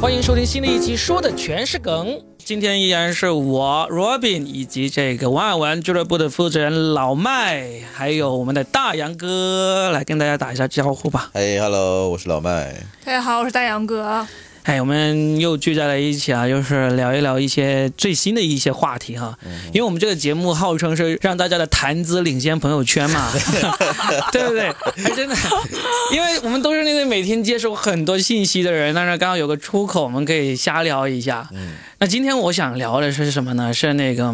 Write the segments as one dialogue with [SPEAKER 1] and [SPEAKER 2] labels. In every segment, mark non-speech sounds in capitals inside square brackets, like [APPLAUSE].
[SPEAKER 1] 欢迎收听新的一期，说的全是梗。今天依然是我 Robin 以及这个玩玩俱乐部的负责人老麦，还有我们的大杨哥来跟大家打一下招呼吧。
[SPEAKER 2] 嘿、h e l l o 我是老麦。
[SPEAKER 3] 大家好，我是大杨哥。啊
[SPEAKER 1] 哎，我们又聚在了一起啊，就是聊一聊一些最新的一些话题哈。因为我们这个节目号称是让大家的谈资领先朋友圈嘛，对不对？还真的，因为我们都是那个每天接收很多信息的人，但是刚刚有个出口，我们可以瞎聊一下。
[SPEAKER 2] 嗯
[SPEAKER 1] 那今天我想聊的是什么呢？是那个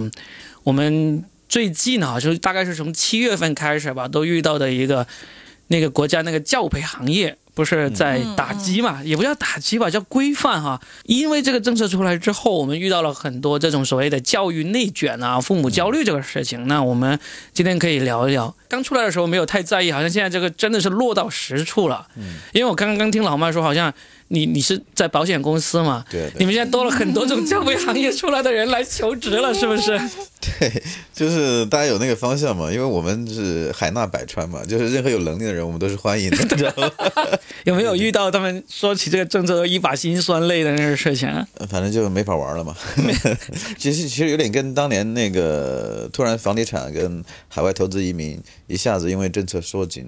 [SPEAKER 1] 我们最近啊，就是大概是从七月份开始吧，都遇到的一个那个国家那个教培行业。不是在打击嘛，也不叫打击吧，叫规范哈。因为这个政策出来之后，我们遇到了很多这种所谓的教育内卷啊、父母焦虑这个事情。那我们今天可以聊一聊。刚出来的时候没有太在意，好像现在这个真的是落到实处了。
[SPEAKER 2] 嗯，
[SPEAKER 1] 因为我刚刚听老麦说，好像你你是在保险公司嘛，
[SPEAKER 2] 对对
[SPEAKER 1] 你，们现在多了很多种教培行业出来的人来求职了，是不是？
[SPEAKER 2] 就是大家有那个方向嘛，因为我们是海纳百川嘛，就是任何有能力的人，我们都是欢迎 [LAUGHS] 的，你知道吗？
[SPEAKER 1] 有没有遇到他们说起这个政策一把辛酸泪的那个事情啊？
[SPEAKER 2] 反正就没法玩了嘛。 [LAUGHS] 其实其实有点跟当年那个突然房地产跟海外投资移民一下子因为政策缩紧，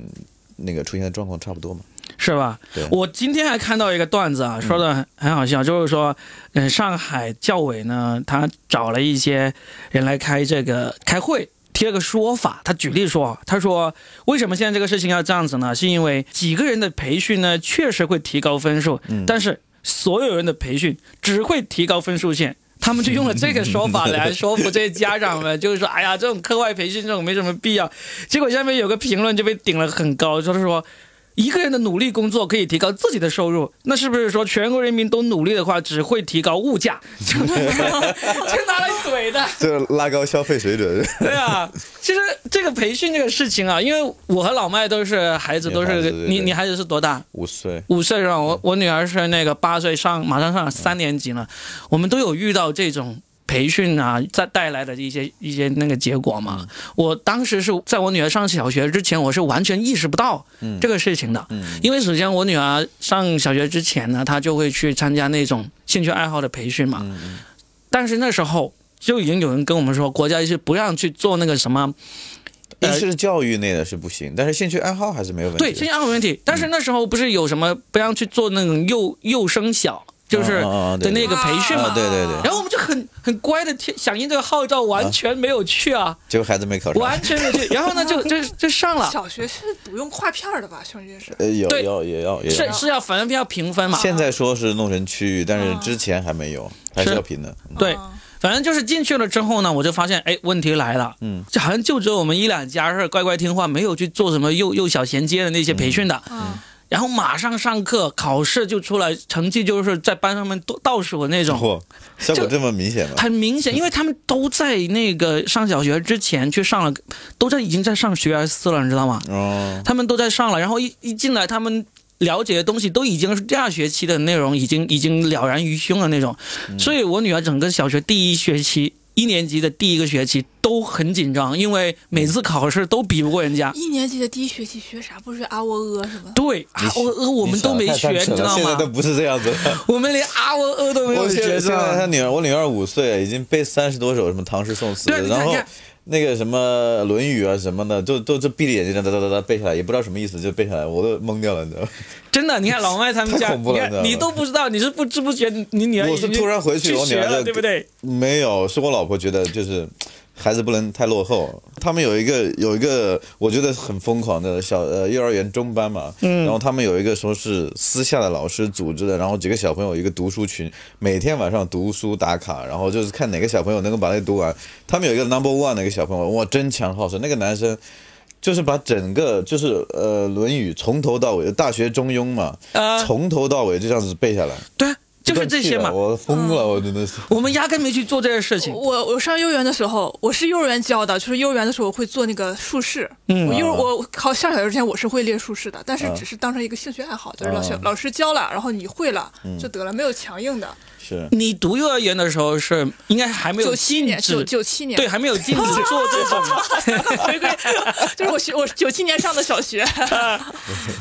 [SPEAKER 2] 那个出现的状况差不多 [LAUGHS] 嘛。
[SPEAKER 1] 是吧
[SPEAKER 2] 对？嗯
[SPEAKER 1] 我今天还看到一个段子啊，说的很好笑，就是说，嗯，上海教委呢，他找了一些人来开这个开会。贴了个说法，他举例说，啊他说为什么现在这个事情要这样子呢？是因为几个人的培训呢，确实会提高分数，
[SPEAKER 2] 嗯
[SPEAKER 1] 但是所有人的培训只会提高分数线。他们就用了这个说法来说服这些家长
[SPEAKER 2] [LAUGHS]
[SPEAKER 1] 们，就是说，哎呀，这种课外培训这种没什么必要。结果下面有个评论就被顶了很高，就是说，一个人的努力工作可以提高自己的收入，那是不是说全国人民都努力的话，只会提高物价？ [LAUGHS] 就就拿来怼的。
[SPEAKER 2] 这拉高消费水准，
[SPEAKER 1] [LAUGHS] 对啊，其实这个培训这个事情啊，因为我和老麦都是孩子，
[SPEAKER 2] 女
[SPEAKER 1] 都
[SPEAKER 2] 孩
[SPEAKER 1] 是
[SPEAKER 2] 子对
[SPEAKER 1] 你
[SPEAKER 2] 对
[SPEAKER 1] 你孩子是多大？
[SPEAKER 2] [LAUGHS] 五岁。
[SPEAKER 1] 五岁是吧？我我女儿是那个八岁上，马上上三年级了。我们都有遇到这种培训啊，在带来的一些一些那个结果嘛。
[SPEAKER 2] 嗯
[SPEAKER 1] 我当时是在我女儿上小学之前，我是完全意识不到
[SPEAKER 2] 嗯
[SPEAKER 1] 这个事情的。
[SPEAKER 2] 嗯
[SPEAKER 1] 因为首先我女儿上小学之前呢，她就会去参加那种兴趣爱好的培训嘛。
[SPEAKER 2] 嗯嗯
[SPEAKER 1] 但是那时候就已经有人跟我们说，国家是不让去做那个什么
[SPEAKER 2] 一
[SPEAKER 1] 呃
[SPEAKER 2] 是教育类的是不行，但是兴趣爱好还是没有问题的。
[SPEAKER 1] 对，现在没有问
[SPEAKER 2] 嗯
[SPEAKER 1] 题。但是那时候不是有什么不让去做那种幼幼升小，就是
[SPEAKER 2] 啊啊啊
[SPEAKER 1] 的
[SPEAKER 2] 对
[SPEAKER 1] 那个培训嘛
[SPEAKER 2] 啊。对对对
[SPEAKER 1] 然后我们就很很乖的响应这个号召，完全没有去
[SPEAKER 2] [LAUGHS]
[SPEAKER 1] 啊，
[SPEAKER 2] 结果孩子没考上。
[SPEAKER 1] 完全没有去。然后呢，就就就上了，
[SPEAKER 3] 小学是不用划片儿的吧？像这是
[SPEAKER 2] 呃，有
[SPEAKER 1] 对
[SPEAKER 2] 要也要也
[SPEAKER 1] 是
[SPEAKER 2] 要。
[SPEAKER 1] 是要反正要评分嘛。
[SPEAKER 2] 现在说是弄成区域，但是之前还没有，还是
[SPEAKER 1] 啊是
[SPEAKER 2] 要评的。嗯
[SPEAKER 1] 对，
[SPEAKER 3] 啊
[SPEAKER 1] 反正就是进去了之后呢，我就发现，哎，问题来了，
[SPEAKER 2] 嗯，
[SPEAKER 1] 这好像就只有我们一两家是乖乖听话，没有去做什么幼幼小衔接的那些培训的。
[SPEAKER 2] 嗯
[SPEAKER 3] 啊，
[SPEAKER 1] 然后马上上课，考试就出来，成绩就是在班上面倒倒数的那种。
[SPEAKER 2] 嚯，效果这么明显吗？
[SPEAKER 1] 很明显，因为他们都在那个上小学之前去上了，都在已经在上学而思了，你知道吗？
[SPEAKER 2] 哦，
[SPEAKER 1] 他们都在上了，然后一一进来，他们了解的东西都已经是第二学期的内容，已经已经了然于胸的那种。所以我女儿整个小学第一学期。一年级的第一个学期都很紧张，因为每次考试都比不过人家。
[SPEAKER 3] 一年级的第一学期学啥？不是啊喔呃什么？
[SPEAKER 1] 嗯对，啊我呃我们都没学，
[SPEAKER 2] 你
[SPEAKER 1] 你知
[SPEAKER 2] 想太
[SPEAKER 1] 道
[SPEAKER 2] 单纯了现在都
[SPEAKER 1] 吗？
[SPEAKER 2] 不是这样子了。
[SPEAKER 1] 我们连啊我呃都没有
[SPEAKER 2] 我现
[SPEAKER 1] 学，
[SPEAKER 2] 在
[SPEAKER 1] 知
[SPEAKER 2] 现
[SPEAKER 1] 道
[SPEAKER 2] 在他
[SPEAKER 1] 吗？
[SPEAKER 2] 女儿，我女儿五岁，已经背三十多首什么唐诗宋词，
[SPEAKER 1] 对你看
[SPEAKER 2] 然后
[SPEAKER 1] 你看
[SPEAKER 2] 那个什么《论语》啊什么的，都都都闭着眼睛哒哒哒哒背下来，也不知道什么意思就背下来，我都懵掉了，你知道吗？
[SPEAKER 1] 真的，你看老麦他们家，
[SPEAKER 2] 太恐怖
[SPEAKER 1] 你
[SPEAKER 2] 了
[SPEAKER 1] 看
[SPEAKER 2] 你知道吗
[SPEAKER 1] 你都不知道，你是不知不觉，你女儿
[SPEAKER 2] 我
[SPEAKER 1] 已
[SPEAKER 2] 是
[SPEAKER 1] 经
[SPEAKER 2] 突然回去
[SPEAKER 1] 去
[SPEAKER 2] 我女
[SPEAKER 1] 学
[SPEAKER 2] 儿
[SPEAKER 1] 了，
[SPEAKER 2] 就
[SPEAKER 1] 对不对？
[SPEAKER 2] 没有，是我老婆觉得就是孩子不能太落后。他们有一个有一个我觉得很疯狂的小呃幼儿园中班嘛，
[SPEAKER 1] 嗯
[SPEAKER 2] 然后他们有一个说是私下的老师组织的，然后几个小朋友一个读书群，每天晚上读书打卡，然后就是看哪个小朋友能够把那个读完。他们有一个 number one 的一个小朋友，哇，争强好胜，那个男生。就是把整个就是呃《论语》从头到尾，《大学》《中庸》嘛，
[SPEAKER 1] 啊
[SPEAKER 2] 从头到尾就这样子背下来，
[SPEAKER 1] 对啊，就是
[SPEAKER 2] 断气
[SPEAKER 1] 这些嘛嗯
[SPEAKER 2] 了。我疯了，我真的是。
[SPEAKER 1] 我们压根没去做这些事情。
[SPEAKER 3] 我我上幼儿园的时候，我是幼儿园教的，就是幼儿园的时候我会做那个竖式。嗯，我
[SPEAKER 2] 啊
[SPEAKER 3] 幼儿我考上小学之前我是会列竖式的，但是只是当成一个兴趣爱好，就是老师
[SPEAKER 2] 啊嗯
[SPEAKER 3] 老师教了，然后你会了就得了，没有强硬的。
[SPEAKER 2] 是，
[SPEAKER 1] 你读幼儿园的时候是应该还没有
[SPEAKER 3] 九七
[SPEAKER 1] 禁
[SPEAKER 3] 年，九
[SPEAKER 1] 止，
[SPEAKER 3] 九七年，
[SPEAKER 1] 对，，
[SPEAKER 3] [LAUGHS]
[SPEAKER 1] 还没有禁止做这种，
[SPEAKER 3] 回归就是我学我九七年上的小学，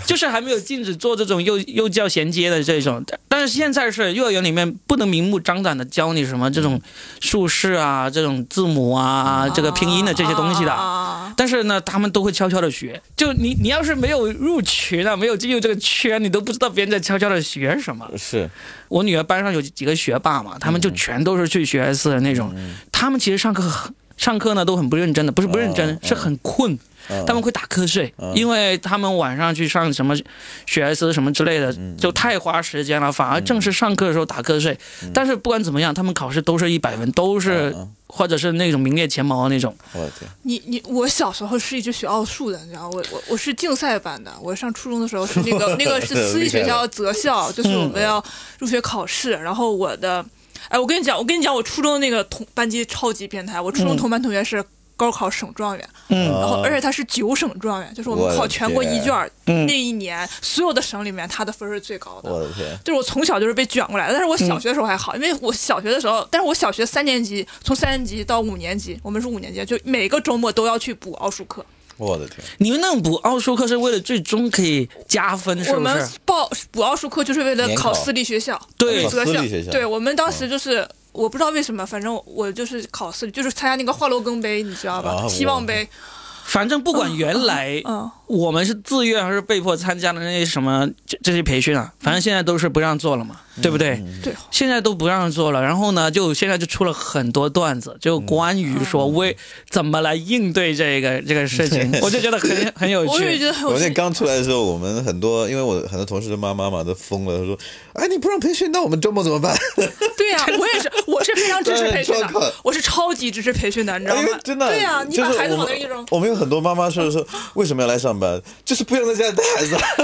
[SPEAKER 1] 就是还没有禁止做这种幼幼教衔接的这种。但但是现在是幼儿园里面不能明目张胆的教你什么这种竖式啊、这种字母
[SPEAKER 3] 哦
[SPEAKER 1] 啊、这个拼音的这些东西的。
[SPEAKER 3] 啊
[SPEAKER 1] 但是呢，他们都会悄悄的学。就你，你要是没有入群啊，没有进入这个圈，你都不知道别人在悄悄的学什么。
[SPEAKER 2] 是
[SPEAKER 1] 我女儿班上有几个学霸嘛，他们就全都是去学 S 的那种。他们其实上课很上课呢都很不认真的，不是不认真，
[SPEAKER 2] 嗯
[SPEAKER 1] 是很困。
[SPEAKER 2] 嗯
[SPEAKER 1] 他们会打瞌睡，因为他们晚上去上什么学 S 什么之类的，就太花时间了，反而正式上课的时候打瞌睡。但是不管怎么样，他们考试都是一百分，都是
[SPEAKER 2] 嗯嗯
[SPEAKER 1] 或者是那种名列前茅的那种。
[SPEAKER 2] 我的天，
[SPEAKER 3] 你你我小时候是一直学奥数的，你知道，我我我是竞赛班的。我上初中的时候是
[SPEAKER 2] [LAUGHS]
[SPEAKER 3] 那个那个是私立学校择校，就是我
[SPEAKER 2] 嗯
[SPEAKER 3] 们要入学考试，然后我的，哎，我跟你讲，我跟你讲，我初中那个同班级超级变态，我初中
[SPEAKER 1] 嗯
[SPEAKER 3] 同班同学是高考省状元，
[SPEAKER 1] 嗯
[SPEAKER 3] 然后
[SPEAKER 2] 哦
[SPEAKER 3] 而且他是九省状元，就是我
[SPEAKER 2] 我
[SPEAKER 3] 们
[SPEAKER 2] 的
[SPEAKER 3] 考全国一
[SPEAKER 2] 天
[SPEAKER 3] 卷儿
[SPEAKER 1] 嗯
[SPEAKER 3] 那一年所有的省里面他的分儿是最高的。
[SPEAKER 2] 我的天，
[SPEAKER 3] 就是我从小就是被卷过来的，但是我
[SPEAKER 2] 嗯
[SPEAKER 3] 小学的时候还好，因为我小学的时候，但是我小学三年级，从三年级到五年级，我们是五年级，就每个周末都要去补奥数课。
[SPEAKER 2] 我的天，
[SPEAKER 1] 你们那种补奥数课是为了最终可以加分，是
[SPEAKER 3] 我
[SPEAKER 1] 不
[SPEAKER 3] 们
[SPEAKER 1] 是？
[SPEAKER 3] 报补奥数课就是为了
[SPEAKER 2] 联
[SPEAKER 3] 考
[SPEAKER 2] 考
[SPEAKER 3] 私立学校，
[SPEAKER 1] 对
[SPEAKER 2] 考
[SPEAKER 3] 择
[SPEAKER 2] 私
[SPEAKER 3] 校
[SPEAKER 2] 立学校嗯
[SPEAKER 3] 对我们当时就是。我不知道为什么，反正我就是考私立，就是参加那个华罗庚杯，你知道吧？
[SPEAKER 2] 啊
[SPEAKER 3] 希望杯，
[SPEAKER 1] 反正不管原来
[SPEAKER 3] 嗯，
[SPEAKER 1] 我们是自愿还是被迫参加的那些什么这这些培训啊，反正现在都是不让做了嘛，
[SPEAKER 2] 嗯
[SPEAKER 1] 对不对？
[SPEAKER 3] 对，
[SPEAKER 1] 现在都不让做了，然后呢，就现在就出了很多段子，就关于说为怎么来应对这个这个事
[SPEAKER 2] 嗯
[SPEAKER 1] 情，我就觉得很很有
[SPEAKER 3] [LAUGHS] 我也
[SPEAKER 1] 趣。
[SPEAKER 3] 觉得很
[SPEAKER 2] 我
[SPEAKER 3] 有
[SPEAKER 2] 那
[SPEAKER 3] 趣。
[SPEAKER 2] 刚出来的时候，我们很多，因为我很多同事的妈妈嘛都疯了，她说：“哎，你不让培训，那我们周末怎么办？” [LAUGHS] [LAUGHS]
[SPEAKER 3] 对呀、我也是，我是非常支持培训
[SPEAKER 2] 专
[SPEAKER 3] 的
[SPEAKER 2] 科，
[SPEAKER 3] 我是超级支持培训的，你知道
[SPEAKER 2] 因为
[SPEAKER 3] 吗？
[SPEAKER 2] 真的，
[SPEAKER 3] 对呀、你
[SPEAKER 2] 就
[SPEAKER 3] 把
[SPEAKER 2] 是
[SPEAKER 3] 孩子
[SPEAKER 2] 我
[SPEAKER 3] 往
[SPEAKER 2] 们
[SPEAKER 3] 那一扔，
[SPEAKER 2] 我们有很多妈妈说说，为什么要来上班？就是不想在家带孩子。 [LAUGHS]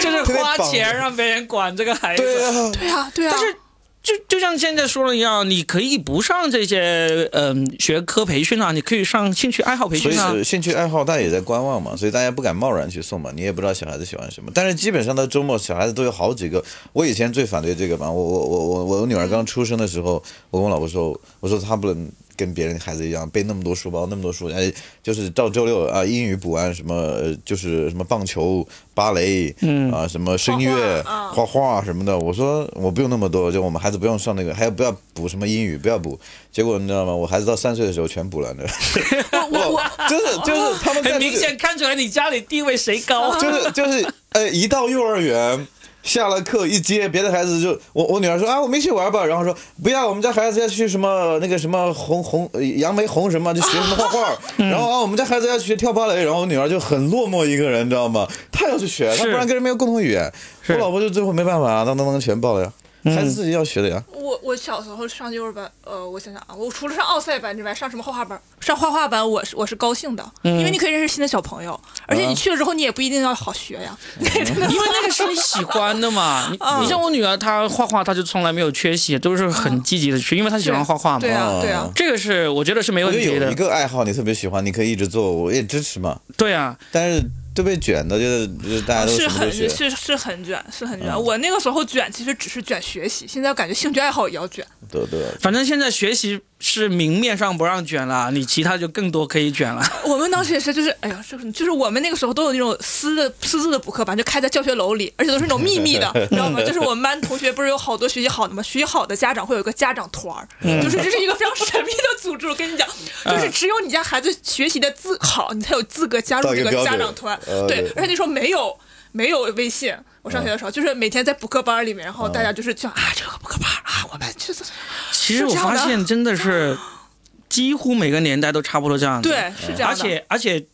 [SPEAKER 1] 就是花
[SPEAKER 2] 特别棒
[SPEAKER 1] 钱让别人管这个孩子，
[SPEAKER 2] 对啊，
[SPEAKER 3] [LAUGHS] 对呀、对呀、
[SPEAKER 1] 但是就就像现在说了一样，你可以不上这些嗯、学科培训啊，你可以上兴趣爱好培
[SPEAKER 2] 所
[SPEAKER 1] 训啊。
[SPEAKER 2] 以兴趣爱好大家也在观望嘛，所以大家不敢贸然去送嘛，你也不知道小孩子喜欢什么。但是基本上到周末，小孩子都有好几个。我以前最反对这个嘛，我我我我我女儿刚出生的时候，我跟我老婆说，我说她不能。跟别人孩子一样背那么多书包，那么多书，哎，就是到周六啊，英语补完什么，呃就是什么棒球、芭蕾，嗯啊，什么声乐、
[SPEAKER 3] 画画啊
[SPEAKER 2] 画画什么的。我说我不用那么多，就我们孩子不用上那个，还有不要补什么英语，不要补。结果你知道吗？我孩子到三岁的时候全补了，你知道吗。 [LAUGHS]
[SPEAKER 3] 我我
[SPEAKER 2] 就是就是哦他们在
[SPEAKER 1] 很明显看出来你家里地位谁高
[SPEAKER 2] 那个，。 [LAUGHS] 就是就是呃，一到幼儿园。下了课一接别的孩子就我我女儿说啊我们一起玩吧，然后说不要我们家孩子要去什么那个什么红红呃杨梅红什么就学什么画画， [LAUGHS] 然后啊我们家孩子要学跳芭蕾，然后我女儿就很落寞一个人，你知道 [LAUGHS] 吗？她要去学，她
[SPEAKER 1] 是
[SPEAKER 2] 不然跟人没有共同语言。我老婆就最后没办法啊，当当当全报了呀，孩子自己要学的呀。
[SPEAKER 3] 我我小时候上幼儿班，呃，我想想啊，我除了上奥赛班之外，上什么画画班？上画画班，我是我是高兴的，
[SPEAKER 2] 嗯
[SPEAKER 3] 因为你可以认识新的小朋友，而且你去了之后，你也不一定要好学呀。
[SPEAKER 2] 嗯 [LAUGHS]
[SPEAKER 3] [LAUGHS]
[SPEAKER 1] 因为那个是你喜欢的嘛，你
[SPEAKER 2] 哦
[SPEAKER 1] 你像我女儿，她画画，她就从来没有缺席，都是很积极的去，因为她喜欢画画嘛。
[SPEAKER 3] 对啊
[SPEAKER 2] 哦，
[SPEAKER 3] 对啊，
[SPEAKER 1] 这个是我觉得是没
[SPEAKER 2] 我
[SPEAKER 1] 问
[SPEAKER 2] 觉得
[SPEAKER 1] 题
[SPEAKER 2] 有一
[SPEAKER 1] 的。
[SPEAKER 2] 个爱好你特别喜欢，你可以一直做，我也支持嘛。
[SPEAKER 1] 对啊，
[SPEAKER 2] 但是都被卷的，就是就是大家都
[SPEAKER 3] 啊是
[SPEAKER 2] 什么
[SPEAKER 3] 很
[SPEAKER 2] 都学。
[SPEAKER 3] 是是很卷，是很卷。
[SPEAKER 2] 嗯
[SPEAKER 3] 我那个时候卷，其实只是卷学习，现在感觉兴趣爱好也要卷。
[SPEAKER 2] 对对，
[SPEAKER 1] 反正现在学习是明面上不让卷了，你其他就更多可以卷了。
[SPEAKER 2] [LAUGHS]
[SPEAKER 3] 我们当时也是，就是哎呀，就是就是我们那个时候都有那种私的私自的补课班，就开在教学楼里，而且都是那种秘
[SPEAKER 2] [LAUGHS]
[SPEAKER 3] 密的，你知道吗？就是我们班同学不是有好多学习好的吗？学习好的家长会有一个家长团儿，
[SPEAKER 2] 嗯
[SPEAKER 3] 就是这是一个非常神秘的组织。我跟你讲，就是只有你家孩子学习的自好，你才有资格加入这个家长团
[SPEAKER 2] 到一个标。准
[SPEAKER 3] 对
[SPEAKER 2] 呃，
[SPEAKER 3] 而且那时候没有没有微信。我上学
[SPEAKER 2] 嗯
[SPEAKER 3] 的时候，就是每天在补课班里面，然后大家就是讲啊，这个补课班啊，我们去
[SPEAKER 1] 其实我
[SPEAKER 3] 是这样
[SPEAKER 1] 发
[SPEAKER 3] 的
[SPEAKER 1] 现真的
[SPEAKER 2] [LAUGHS]
[SPEAKER 1] 是几乎每个年代都差不多这样
[SPEAKER 2] 嗯
[SPEAKER 1] 子。
[SPEAKER 3] 对，是这样
[SPEAKER 1] 而
[SPEAKER 3] 的。
[SPEAKER 1] 且而且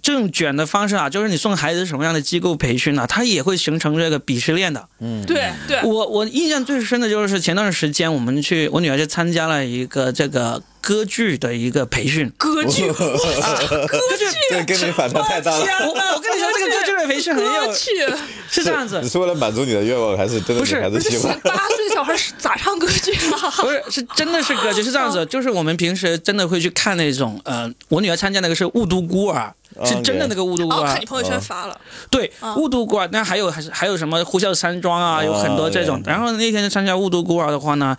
[SPEAKER 1] 这种卷的方式啊，就是你送孩子什么样的机构培训呢、啊它也会形成这个鄙视链的。
[SPEAKER 3] 对对，
[SPEAKER 1] 我我印象最深的就是前段时间我们去，我女儿去参加了一个这个歌剧的一个培训。
[SPEAKER 3] 歌
[SPEAKER 2] [LAUGHS]
[SPEAKER 3] 剧，
[SPEAKER 2] 这跟你反差太大了。
[SPEAKER 1] 我我跟你说，这个歌剧的培训很
[SPEAKER 3] 歌
[SPEAKER 1] 有
[SPEAKER 3] 剧。
[SPEAKER 1] 是这样子
[SPEAKER 2] 你，是为了满足你的愿望，还是真的
[SPEAKER 1] 不是
[SPEAKER 2] 女孩子喜
[SPEAKER 3] 十
[SPEAKER 2] 欢？
[SPEAKER 3] 八岁小孩儿咋唱歌剧啊？ [LAUGHS]
[SPEAKER 1] 不是是真的是歌剧是这样子，就是我们平时真的会去看那种呃，我女儿参加那个是《雾都孤儿》。是真的那个雾都孤
[SPEAKER 3] 哦，
[SPEAKER 1] 儿
[SPEAKER 3] 看你，朋友圈发了，
[SPEAKER 1] 对
[SPEAKER 3] 啊
[SPEAKER 1] 雾都孤儿，那还有还是还有什么呼啸山庄啊，有很多这种
[SPEAKER 2] 哦。对
[SPEAKER 1] 然后那天参加雾都孤儿的话呢，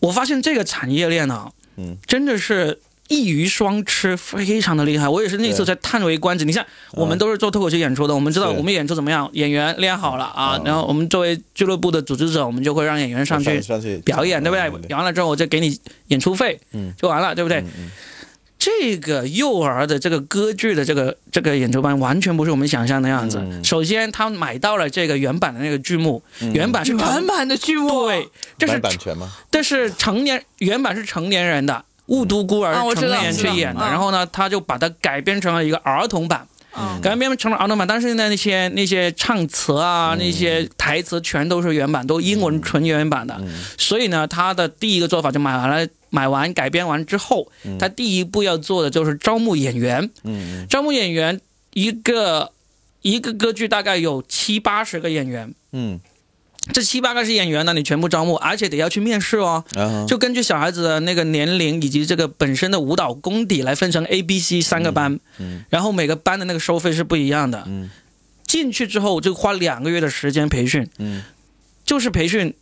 [SPEAKER 1] 我发现这个产业链呢，
[SPEAKER 2] 嗯
[SPEAKER 1] 真的是一鱼双吃，非常的厉害。我也是那次在叹为观止。你像我们都是做脱口秀演出的，我们知道
[SPEAKER 2] 嗯是嗯
[SPEAKER 1] 我们演出怎么样，演员练好了啊，然后我们作为俱乐部的组织者，我们就会让演员上去
[SPEAKER 2] 上去
[SPEAKER 1] 表演，对不对？演完了之后，我再给你演出费，
[SPEAKER 2] 嗯，
[SPEAKER 1] 就完了，对不对？这个幼儿的这个歌剧的这个这个演出班，完全不是我们想象的样子。
[SPEAKER 2] 嗯
[SPEAKER 1] 首先，他买到了这个原版的那个剧目，原版是成
[SPEAKER 3] 原版的剧目，
[SPEAKER 1] 对，这
[SPEAKER 2] 买
[SPEAKER 1] 是
[SPEAKER 2] 嗯版权吗？
[SPEAKER 1] 这是成年原版是成年人的。雾都孤儿
[SPEAKER 3] 啊我知
[SPEAKER 1] 成
[SPEAKER 3] 道
[SPEAKER 1] 年人去演的，
[SPEAKER 3] 嗯
[SPEAKER 1] 然后呢，他就把它改编成了一个儿童版，
[SPEAKER 3] 嗯，
[SPEAKER 1] 改编成了儿童版，但是呢，那些那些唱词啊，那些台词全都是原版，都英文纯原版的，
[SPEAKER 2] 嗯
[SPEAKER 1] 所以呢，他的第一个做法就买完了，买完改编完之后，他第一步要做的就是招募演员，
[SPEAKER 2] 嗯
[SPEAKER 1] 招募演员一个一个歌剧大概有七八十个演员，
[SPEAKER 2] 嗯
[SPEAKER 1] 这七八个是演员呢，你全部招募，而且得要去面试哦。
[SPEAKER 2] 嗯，啊
[SPEAKER 1] 就根据小孩子的那个年龄以及这个本身的舞蹈功底来分成 A、B、C 三个班，
[SPEAKER 2] 嗯
[SPEAKER 1] 然后每个班的那个收费是不一样的。
[SPEAKER 2] 嗯
[SPEAKER 1] 进去之后就花两个月的时间培训，
[SPEAKER 2] 嗯
[SPEAKER 1] 就是培训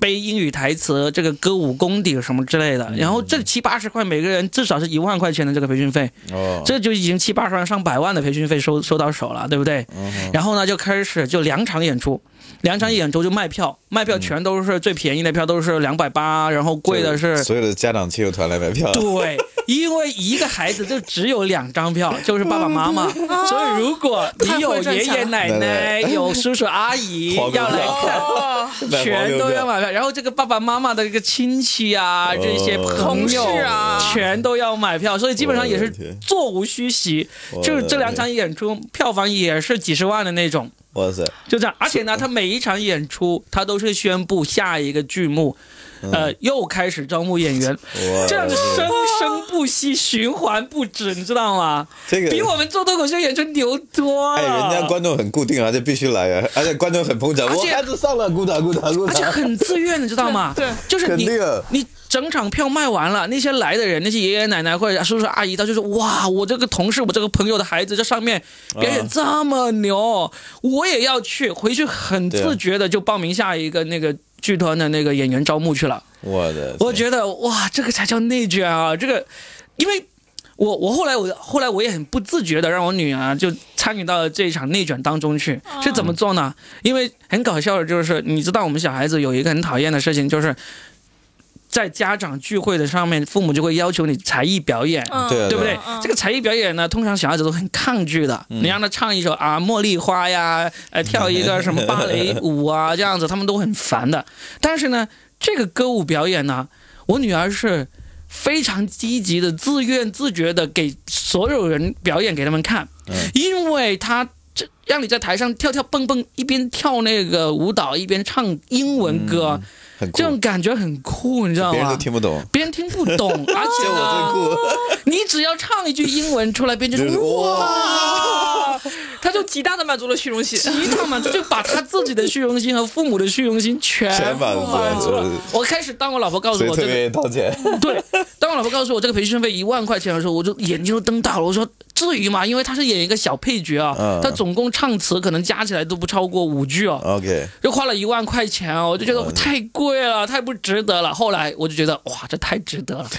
[SPEAKER 1] 背英语台词、这个歌舞功底什么之类的。然后这七八十块每个人至少是一万块钱的这个培训费，
[SPEAKER 2] 哦，
[SPEAKER 1] 这就已经七八十万上百万的培训费收收到手了，对不对？
[SPEAKER 2] 嗯
[SPEAKER 1] 然后呢，就开始就两场演出，两场演出就卖票，卖票全都是最便宜的票都是两百八，然后贵的是
[SPEAKER 2] 所有的家长亲友团来买票， [LAUGHS]
[SPEAKER 1] 对，因为一个孩子就只有两张票，就是爸爸妈
[SPEAKER 3] [LAUGHS]
[SPEAKER 1] 妈，
[SPEAKER 3] 哦
[SPEAKER 1] 所以如果你有爷爷奶奶、有叔叔阿姨
[SPEAKER 2] 黄牛
[SPEAKER 1] 要来看。
[SPEAKER 3] 哦，
[SPEAKER 2] 买黄
[SPEAKER 1] 全
[SPEAKER 2] 牛
[SPEAKER 1] 都
[SPEAKER 2] 票
[SPEAKER 1] 要买票，然后这个爸爸妈妈的这个亲戚啊，
[SPEAKER 2] 哦
[SPEAKER 1] 这些朋
[SPEAKER 3] 同事
[SPEAKER 1] 友
[SPEAKER 3] 啊
[SPEAKER 1] 全都要买票，所以基本上也
[SPEAKER 2] 我
[SPEAKER 1] 是
[SPEAKER 2] 的天
[SPEAKER 1] 座无虚席。
[SPEAKER 2] 我的
[SPEAKER 1] 就是这两
[SPEAKER 2] 天
[SPEAKER 1] 场演出票房也是几十万的那种，
[SPEAKER 2] 哇塞，
[SPEAKER 1] 就这样。而且呢，他每一场演出，他都是宣布下一个剧目，呃，又开始招募演员，
[SPEAKER 2] 哇
[SPEAKER 1] 这样子生生不息，循环不止，你知道吗？
[SPEAKER 2] 这个
[SPEAKER 1] 比我们做脱口秀演出牛多了。
[SPEAKER 2] 哎，人家观众很固定啊，这必须来啊，而且观众很捧场，
[SPEAKER 1] 而
[SPEAKER 2] 我
[SPEAKER 1] 且
[SPEAKER 2] 孩子上了，鼓掌鼓掌鼓
[SPEAKER 1] 而且
[SPEAKER 2] 掌，
[SPEAKER 1] 很自愿，你知道吗？
[SPEAKER 3] 对对
[SPEAKER 1] 就是你
[SPEAKER 2] 肯定啊
[SPEAKER 1] 你整场票卖完了，那些来的人，那些爷爷奶奶或者叔叔阿姨，他就说：“哇，我这个同事，我这个朋友的孩子在上面表演这么牛，我也要去。”回去很
[SPEAKER 2] 对啊
[SPEAKER 1] 自觉的就报名下一个那个剧团的那个演员招募去了。
[SPEAKER 2] 我的天，
[SPEAKER 1] 我觉得哇，这个才叫内卷啊！这个，因为我我后来我后来我也很不自觉的让我女儿啊就参与到了这一场内卷当中去，是怎么做呢？因为很搞笑的就是，你知道我们小孩子有一个很讨厌的事情，就是在家长聚会的上面，父母就会要求你才艺表演。
[SPEAKER 3] 嗯
[SPEAKER 2] 对啊
[SPEAKER 1] 对不对？
[SPEAKER 3] 嗯
[SPEAKER 1] 这个才艺表演呢，通常小孩子都很抗拒的。
[SPEAKER 2] 嗯
[SPEAKER 1] 你让他唱一首啊《茉莉花》呀，呃，跳一个什么芭
[SPEAKER 2] [LAUGHS]
[SPEAKER 1] 蕾舞啊，这样子他们都很烦的。但是呢，这个歌舞表演呢，我女儿是非常积极的、自愿自觉的给所有人表演给他们看，
[SPEAKER 2] 嗯
[SPEAKER 1] 因为她。这让你在台上跳跳蹦蹦，一边跳那个舞蹈，一边唱英文歌，
[SPEAKER 2] 很嗯酷
[SPEAKER 1] 这，啊种感觉很酷，你知道
[SPEAKER 2] 别人
[SPEAKER 1] 吗
[SPEAKER 2] 都？听不懂，
[SPEAKER 1] 别人听不懂，而且
[SPEAKER 2] 这 [LAUGHS]
[SPEAKER 1] 呢
[SPEAKER 2] 我
[SPEAKER 1] 你只要唱一句英文出来，别人就
[SPEAKER 2] 最酷，
[SPEAKER 1] 说
[SPEAKER 2] 哇，
[SPEAKER 3] 哦 [LAUGHS] 他就极大的满足了虚荣心。
[SPEAKER 1] 一趟嘛，就把他自己的虚荣心和父母的虚荣心全
[SPEAKER 2] 全满
[SPEAKER 1] 部
[SPEAKER 2] 足
[SPEAKER 1] 哎满足了
[SPEAKER 2] 了。
[SPEAKER 1] 我开始当我老婆告诉
[SPEAKER 2] 所以
[SPEAKER 1] 我
[SPEAKER 2] 特
[SPEAKER 1] 这
[SPEAKER 2] 别
[SPEAKER 1] 个，
[SPEAKER 2] 愿意掏钱，
[SPEAKER 1] 对，当我老婆告诉我这个培训费一万块钱的时候，我就眼睛都瞪大了。我说至于吗？因为他是演一个小配角啊
[SPEAKER 2] 嗯，
[SPEAKER 1] 他总共唱词可能加起来都不超过五句哦。
[SPEAKER 2] OK，
[SPEAKER 1] 就花了一万块钱哦，我就觉得太贵了，太不值得了。后来我就觉得哇，这太值得了。
[SPEAKER 2] [LAUGHS]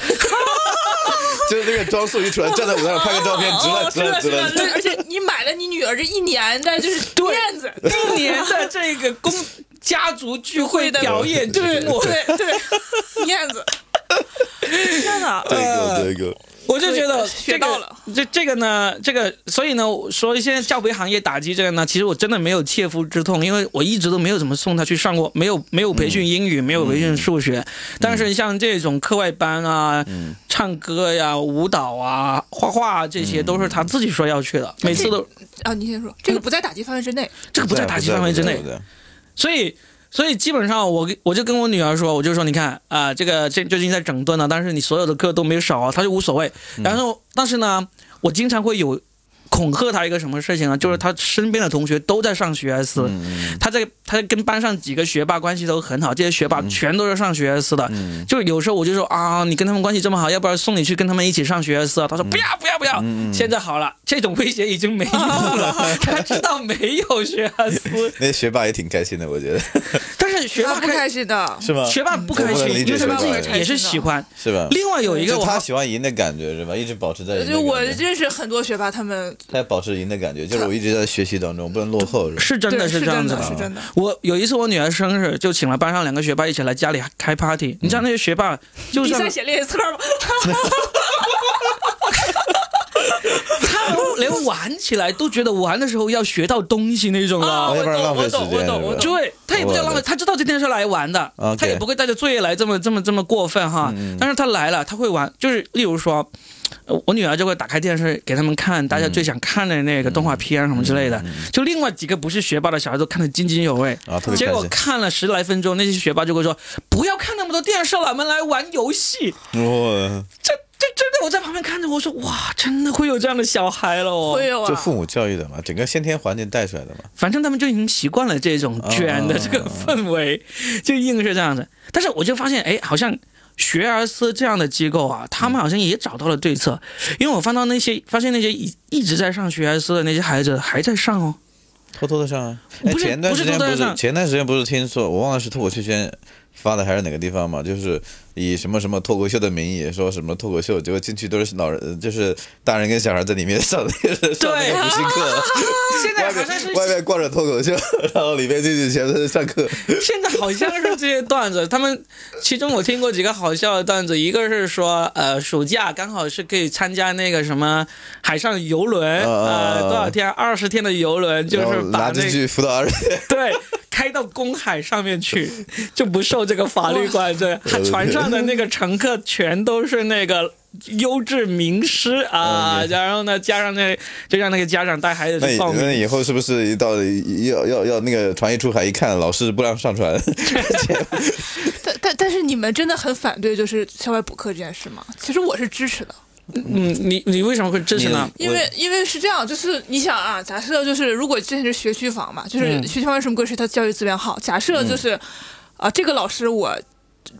[SPEAKER 2] 就是那个装素一出来站在舞台上拍个照片，值
[SPEAKER 1] 哦
[SPEAKER 3] 哦
[SPEAKER 2] 了值
[SPEAKER 1] 啊
[SPEAKER 2] 了值了，
[SPEAKER 3] 对，而且你买了你女儿这一年的就是面
[SPEAKER 2] [LAUGHS]
[SPEAKER 3] 子，
[SPEAKER 1] 今年的这个公家族聚会的表演，就是我，
[SPEAKER 3] 对对，面子。天哪！
[SPEAKER 1] 啊
[SPEAKER 2] 这个这个，
[SPEAKER 1] 我就觉得
[SPEAKER 3] 呃学
[SPEAKER 1] 这
[SPEAKER 3] 到
[SPEAKER 1] 个
[SPEAKER 3] 了
[SPEAKER 1] 这这个呢，这个所以呢，我说现在教培行业打击这个呢，其实我真的没有切肤之痛，因为我一直都没有怎么送他去上过，没有没有培训英语，没有培训数学，但是像这种课外班啊、唱歌呀、舞蹈啊、画画啊，这些
[SPEAKER 2] 嗯
[SPEAKER 1] 都是他自己说要去的，每次都
[SPEAKER 3] 啊，你先说，这个不在打击范围之内。
[SPEAKER 1] 这个不在打击范围之内
[SPEAKER 2] 不。在，不在
[SPEAKER 1] 所以，所以基本上我跟我就跟我女儿说，我就说你看啊、这个这最近在整顿呢，但是你所有的课都没有少啊，她就无所谓。然后，但是呢，我经常会有恐吓她一个什么事情呢？就是她身边的同学都在上学 S，、她
[SPEAKER 2] 嗯
[SPEAKER 1] 在她跟班上几个学霸关系都很好，这些学霸全都是上学 S 的。就有时候我就说啊，你跟他们关系这么好，要不要送你去跟他们一起上学 S 啊？她说不要不要不要。现在好了，这种威胁已经没有了，她知道没有学 S。
[SPEAKER 2] 那学霸也挺开心的，我觉得，
[SPEAKER 1] 但是是学霸
[SPEAKER 3] 不
[SPEAKER 1] 开
[SPEAKER 3] 开心的，
[SPEAKER 2] 是吧？
[SPEAKER 1] 学霸不开
[SPEAKER 2] 呃我不
[SPEAKER 1] 心
[SPEAKER 2] 能理，
[SPEAKER 1] 因
[SPEAKER 2] 解
[SPEAKER 1] 为他
[SPEAKER 2] 学
[SPEAKER 1] 们
[SPEAKER 2] 霸
[SPEAKER 1] 自己
[SPEAKER 2] 哎
[SPEAKER 1] 也是喜欢。
[SPEAKER 2] 是吧？
[SPEAKER 1] 另外有一个
[SPEAKER 2] 就
[SPEAKER 1] 我
[SPEAKER 2] 他喜欢赢的感觉是吧？一直保持在赢的感
[SPEAKER 3] 就
[SPEAKER 2] 觉
[SPEAKER 3] 我认识很多学霸，他们
[SPEAKER 2] 他要保持赢的感觉，就是我一直在学习当中，不能落后是吧？
[SPEAKER 1] 是真的
[SPEAKER 3] 对
[SPEAKER 1] 是
[SPEAKER 3] 是
[SPEAKER 1] 这样
[SPEAKER 3] 真
[SPEAKER 1] 子
[SPEAKER 3] 的，是真的。
[SPEAKER 1] 我有一次我女儿生日，就请了班上两个学霸一起来家里开 party。你知道
[SPEAKER 2] 嗯
[SPEAKER 1] 那些学霸就
[SPEAKER 3] 比
[SPEAKER 1] 像
[SPEAKER 3] 赛写练习册吗？
[SPEAKER 1] 他们 [LAUGHS] 连玩起来都觉得玩的时候要学到东西那种啊。
[SPEAKER 2] 要
[SPEAKER 3] 我
[SPEAKER 2] 不然浪
[SPEAKER 3] 懂，
[SPEAKER 2] 费
[SPEAKER 3] 我
[SPEAKER 2] 时间
[SPEAKER 3] 懂，我懂，
[SPEAKER 2] 是吧
[SPEAKER 3] 我懂。
[SPEAKER 1] 对他也不叫浪费，
[SPEAKER 2] 我
[SPEAKER 1] 他知道今天是来玩的
[SPEAKER 2] OK 嗯
[SPEAKER 1] 他也不会带着作业来这么这么这么过分哈。但是他来了，他会玩，就是例如说，呃我女儿就会打开电视给他们看大家最想看的那个动画片什么之类
[SPEAKER 2] 嗯
[SPEAKER 1] 的，就另外几个不是学霸的小孩都看得津津有味。
[SPEAKER 2] 啊，特别
[SPEAKER 1] 结
[SPEAKER 2] 开
[SPEAKER 1] 果
[SPEAKER 2] 心。
[SPEAKER 1] 看了十来分钟，那些学霸就会说：“不要看那么多电视了，我们来玩游戏。
[SPEAKER 2] 哇，
[SPEAKER 1] 这”这真的，我在旁边看着，我说：“哇，真的会有这样的小孩了哦！”
[SPEAKER 3] 会有啊
[SPEAKER 2] 就，父母教育的嘛，整个先天环境带出来的嘛。
[SPEAKER 1] 反正他们就已经习惯了这种卷的这
[SPEAKER 2] 啊
[SPEAKER 1] 个氛围，就硬是这样子。但是我就发现，哎，好像学而思这样的机构啊，他们好像也找到了对策，因为我翻到那些发现那些一一直在上学而思的那些孩子还在上哦，
[SPEAKER 2] 偷偷的上啊！哎，
[SPEAKER 1] 不是
[SPEAKER 2] 前段时
[SPEAKER 1] 不是
[SPEAKER 2] 间
[SPEAKER 1] 偷偷
[SPEAKER 2] 不
[SPEAKER 1] 地
[SPEAKER 2] 是
[SPEAKER 1] 上
[SPEAKER 2] 前段时间不是听说，我忘了是脱口秀圈发的还是哪个地方嘛？就是以什么什么脱口秀的名义说什么脱口秀，结果进去都是老人，就是大人跟小孩在里面上那个上那个补习课，
[SPEAKER 1] 现在
[SPEAKER 2] [LAUGHS] 外
[SPEAKER 1] 啊好像是
[SPEAKER 2] 面外面挂着脱口秀， [LAUGHS] 然后里面进去全都是上课。
[SPEAKER 1] 现在好像是这些段子，他们其中我听过几个好笑的段子，一个是说，呃，暑假刚好是可以参加那个什么海上游轮，
[SPEAKER 2] 啊啊啊
[SPEAKER 1] 呃，多少天，二十天的游轮，就
[SPEAKER 2] 然
[SPEAKER 1] 是
[SPEAKER 2] 后
[SPEAKER 1] 把
[SPEAKER 2] 拿
[SPEAKER 1] 那
[SPEAKER 2] 进
[SPEAKER 1] 个
[SPEAKER 2] 去辅导 [LAUGHS] 二十天，
[SPEAKER 1] [LAUGHS] 对开到公海上面去，就不受这个法律管制，还船上的那个乘客全都是那个。优质名师啊，然后呢，加上那就让那个家长带孩子
[SPEAKER 2] 那
[SPEAKER 1] 去
[SPEAKER 2] 以
[SPEAKER 1] 报名
[SPEAKER 2] 那，哎以后是不是一到要要要那个船一出海一看，老师不让上船？
[SPEAKER 3] 但但但是你们真的很反对就是校外补课这件事吗？其实我是支持的，
[SPEAKER 1] 嗯，你你为什么会支持
[SPEAKER 2] [LAUGHS]
[SPEAKER 1] 呢？
[SPEAKER 3] 因为因为是这样，就是你想啊，假设就是如果之前是学区房嘛，就是
[SPEAKER 1] 嗯
[SPEAKER 3] 学区房为什么贵是它教育资源好。假设就是啊、这个老师我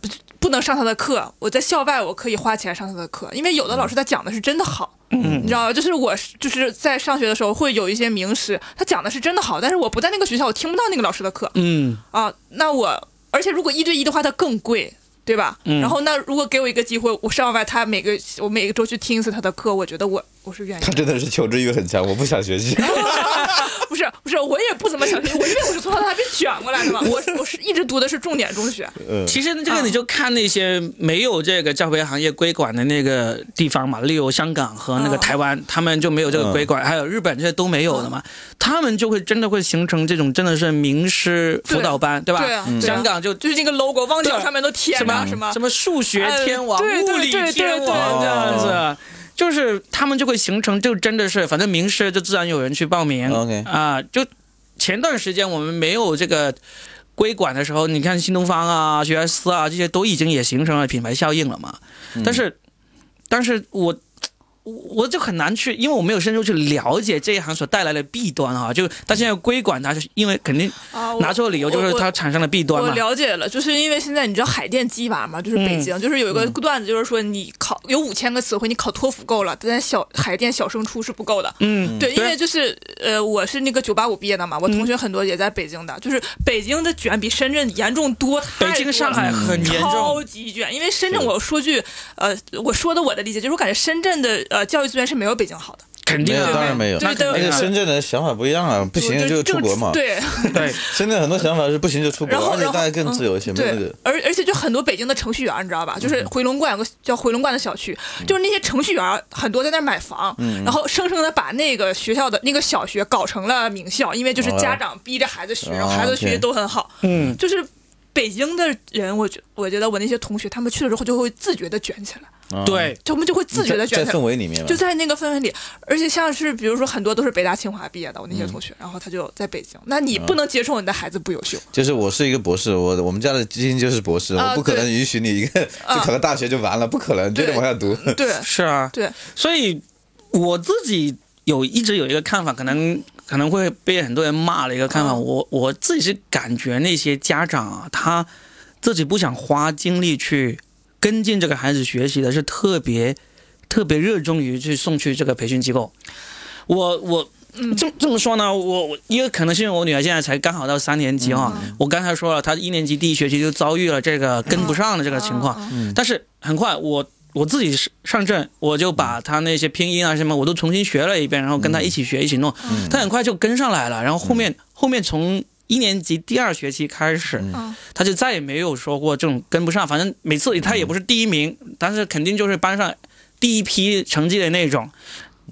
[SPEAKER 3] 不不能上他的课，我在校外我可以花钱上他的课，因为有的老师
[SPEAKER 1] 嗯
[SPEAKER 3] 他讲的是真的好，嗯、你知道吧？就是我是就是在上学的时候会有一些名师，他讲的是真的好，但是我不在那个学校，我听不到那个老师的课
[SPEAKER 1] 嗯，
[SPEAKER 3] 啊。那我而且如果一对一的话，它更贵。对吧？
[SPEAKER 1] 嗯
[SPEAKER 3] 然后那如果给我一个机会，我上外他每个我每个周去听一次他的课，我觉得我我是愿意的
[SPEAKER 2] 他。真的是求知欲很强，我不想学习。
[SPEAKER 3] [LAUGHS] 不是不是，我也不怎么想学，我因为我是从小到大被卷过来的嘛，我是我是一直读的是重点中学，
[SPEAKER 2] 嗯
[SPEAKER 1] 其实这个你就看那些没有这个教培行业规管的那个地方嘛，例如香港和那个台湾，他们就没有这个规管，还有日本这些都没有的嘛，他们就会真的会形成这种真的是名师辅导班，对吧？
[SPEAKER 3] 对啊嗯
[SPEAKER 1] 香港就
[SPEAKER 3] 就是那个 logo 旺角
[SPEAKER 1] 对
[SPEAKER 3] 上面都贴
[SPEAKER 1] 什
[SPEAKER 3] 着啊
[SPEAKER 1] 么
[SPEAKER 3] 什么
[SPEAKER 1] 什么数学天王、
[SPEAKER 3] 嗯对对
[SPEAKER 1] 物理
[SPEAKER 3] 对对
[SPEAKER 1] 天王这
[SPEAKER 2] 对
[SPEAKER 1] 样子。
[SPEAKER 2] 哦
[SPEAKER 1] 就是他们就会形成，就真的是，反正名师就自然有人去报名。
[SPEAKER 2] OK
[SPEAKER 1] 啊、就前段时间我们没有这个规管的时候，你看新东方啊、学而思啊这些都已经也形成了品牌效应了嘛。
[SPEAKER 2] 嗯
[SPEAKER 1] 但是，但是我我就很难去，因为我没有深入去了解这一行所带来的弊端啊。就他现在规管它，是因为肯定
[SPEAKER 3] 啊，我
[SPEAKER 1] 拿出的理由就是
[SPEAKER 3] 我
[SPEAKER 1] 它产生了弊端
[SPEAKER 3] 我
[SPEAKER 1] 嘛。嗯
[SPEAKER 3] 了解了，就是因为现在你知道海淀鸡娃嘛，就是北京，就是有一个段子，就是说你考有五千个词汇，你考托福够了，但在小海淀小升初是不够的。
[SPEAKER 1] 嗯，
[SPEAKER 3] 对，因
[SPEAKER 1] 对
[SPEAKER 3] 为就是呃，我是那个九八五毕业的嘛，我同学很多也在北京的，就是北京的卷比深圳严重多太
[SPEAKER 1] 北
[SPEAKER 3] 多了。
[SPEAKER 1] 京、上海很严重。
[SPEAKER 3] 超级卷，因为深圳，我说句，呃，我说的我的理解，就是我感觉深圳的呃教育资源是没有北京好的，
[SPEAKER 1] 肯定
[SPEAKER 2] 没有，
[SPEAKER 1] 啊
[SPEAKER 2] 当然没有。
[SPEAKER 3] [LAUGHS] 对
[SPEAKER 1] 那肯
[SPEAKER 2] 而
[SPEAKER 1] 定
[SPEAKER 2] 且
[SPEAKER 1] 啊
[SPEAKER 2] 深圳的想法不一样啊，不行
[SPEAKER 3] 就
[SPEAKER 2] 就出国嘛。
[SPEAKER 3] 对，
[SPEAKER 1] 对，
[SPEAKER 2] 深圳很多想法是不行就出国
[SPEAKER 3] 然，后
[SPEAKER 2] 而且
[SPEAKER 3] 然后嗯
[SPEAKER 2] 大家更自由一些，没有那
[SPEAKER 3] 对
[SPEAKER 2] 个，嗯
[SPEAKER 3] 而而且就很多北京的程序员，你知道吧？就是回龙观有个叫回龙观的小区，就是那些程序员很多在那儿买房，
[SPEAKER 2] 嗯
[SPEAKER 3] 然后生生的把那个学校的那个小学搞成了名校，因为就是
[SPEAKER 2] 哦
[SPEAKER 3] 家长逼着孩子学，然后
[SPEAKER 2] 哦
[SPEAKER 3] 孩子学习
[SPEAKER 2] OK
[SPEAKER 3] 都很好，
[SPEAKER 1] 嗯，
[SPEAKER 3] 就是。北京的人，我觉我觉得我那些同学，他们去了之后就会自觉的卷起来，
[SPEAKER 2] 啊
[SPEAKER 1] 对，
[SPEAKER 3] 他们就会自觉的
[SPEAKER 2] 在
[SPEAKER 3] 卷起
[SPEAKER 2] 在
[SPEAKER 3] 来
[SPEAKER 2] 氛。围里面嘛
[SPEAKER 3] 就。在那个氛围里，而且像是比如说很多都是北大清华毕业的，我那
[SPEAKER 2] 嗯
[SPEAKER 3] 些同学，然后他就在北京，那你不能接受你的孩子不优秀，
[SPEAKER 2] 就是我是一个博士，我我们家的基因就是博士，
[SPEAKER 3] 啊
[SPEAKER 2] 我不可能
[SPEAKER 3] 对
[SPEAKER 2] 允许你一
[SPEAKER 3] [LAUGHS]
[SPEAKER 2] 个就考个大学就完了，不可能，接着往下读。
[SPEAKER 3] 对
[SPEAKER 1] 是啊，
[SPEAKER 3] 对，
[SPEAKER 1] 所以我自己有一直有一个看法，可能可能会被很多人骂的一个看法，我我自己是感觉那些家长啊，他自己不想花精力去跟进这个孩子学习的，是特别特别热衷于去送去这个培训机构。我我这么这么说呢，我我一个可能是因为我女儿现在才刚好到三年级哈、我刚才说了，她一年级第一学期就遭遇了这个跟不上的这个情况，
[SPEAKER 3] 啊
[SPEAKER 2] 嗯
[SPEAKER 1] 但是很快我。我自己上上阵，我就把她那些拼音啊什么，我都重新学了一遍，然后跟她一起学，一起弄，
[SPEAKER 2] 嗯
[SPEAKER 1] 她很快就跟上来了。然后后面后面从一年级第二学期开始，
[SPEAKER 2] 嗯
[SPEAKER 3] 啊
[SPEAKER 1] 他就再也没有说过这种跟不上，反正每次他也不是第一名，但是肯定就是班上第一批成绩的那种。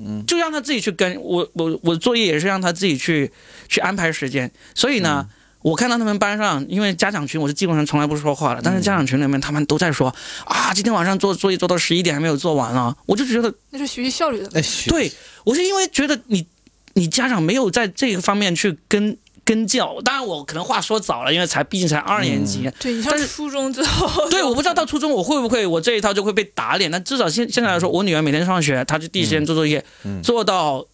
[SPEAKER 2] 嗯，
[SPEAKER 1] 就让他自己去跟我我我作业也是让他自己去去安排时间，所以呢。我看到他们班上，因为家长群我是基本上从来不说话的，但是家长群里面他们都在说、啊，今天晚上做作业做到十一点还没有做完啊，我就觉得
[SPEAKER 3] 那是学习效率的问题。
[SPEAKER 2] [LAUGHS] 哎，学
[SPEAKER 1] 对，我是因为觉得你你家长没有在这个方面去跟跟教，当然我可能话说早了，因为才毕竟才二年级，
[SPEAKER 3] 对你上
[SPEAKER 1] 但是
[SPEAKER 3] 初中之 [LAUGHS]
[SPEAKER 1] [LAUGHS]
[SPEAKER 3] 后，
[SPEAKER 1] 对，我不知道到初中我会不会我这一套就会被打脸，但至少现现在来说，我女儿每天上学，她就第一时间做作业，
[SPEAKER 2] 嗯
[SPEAKER 1] 做到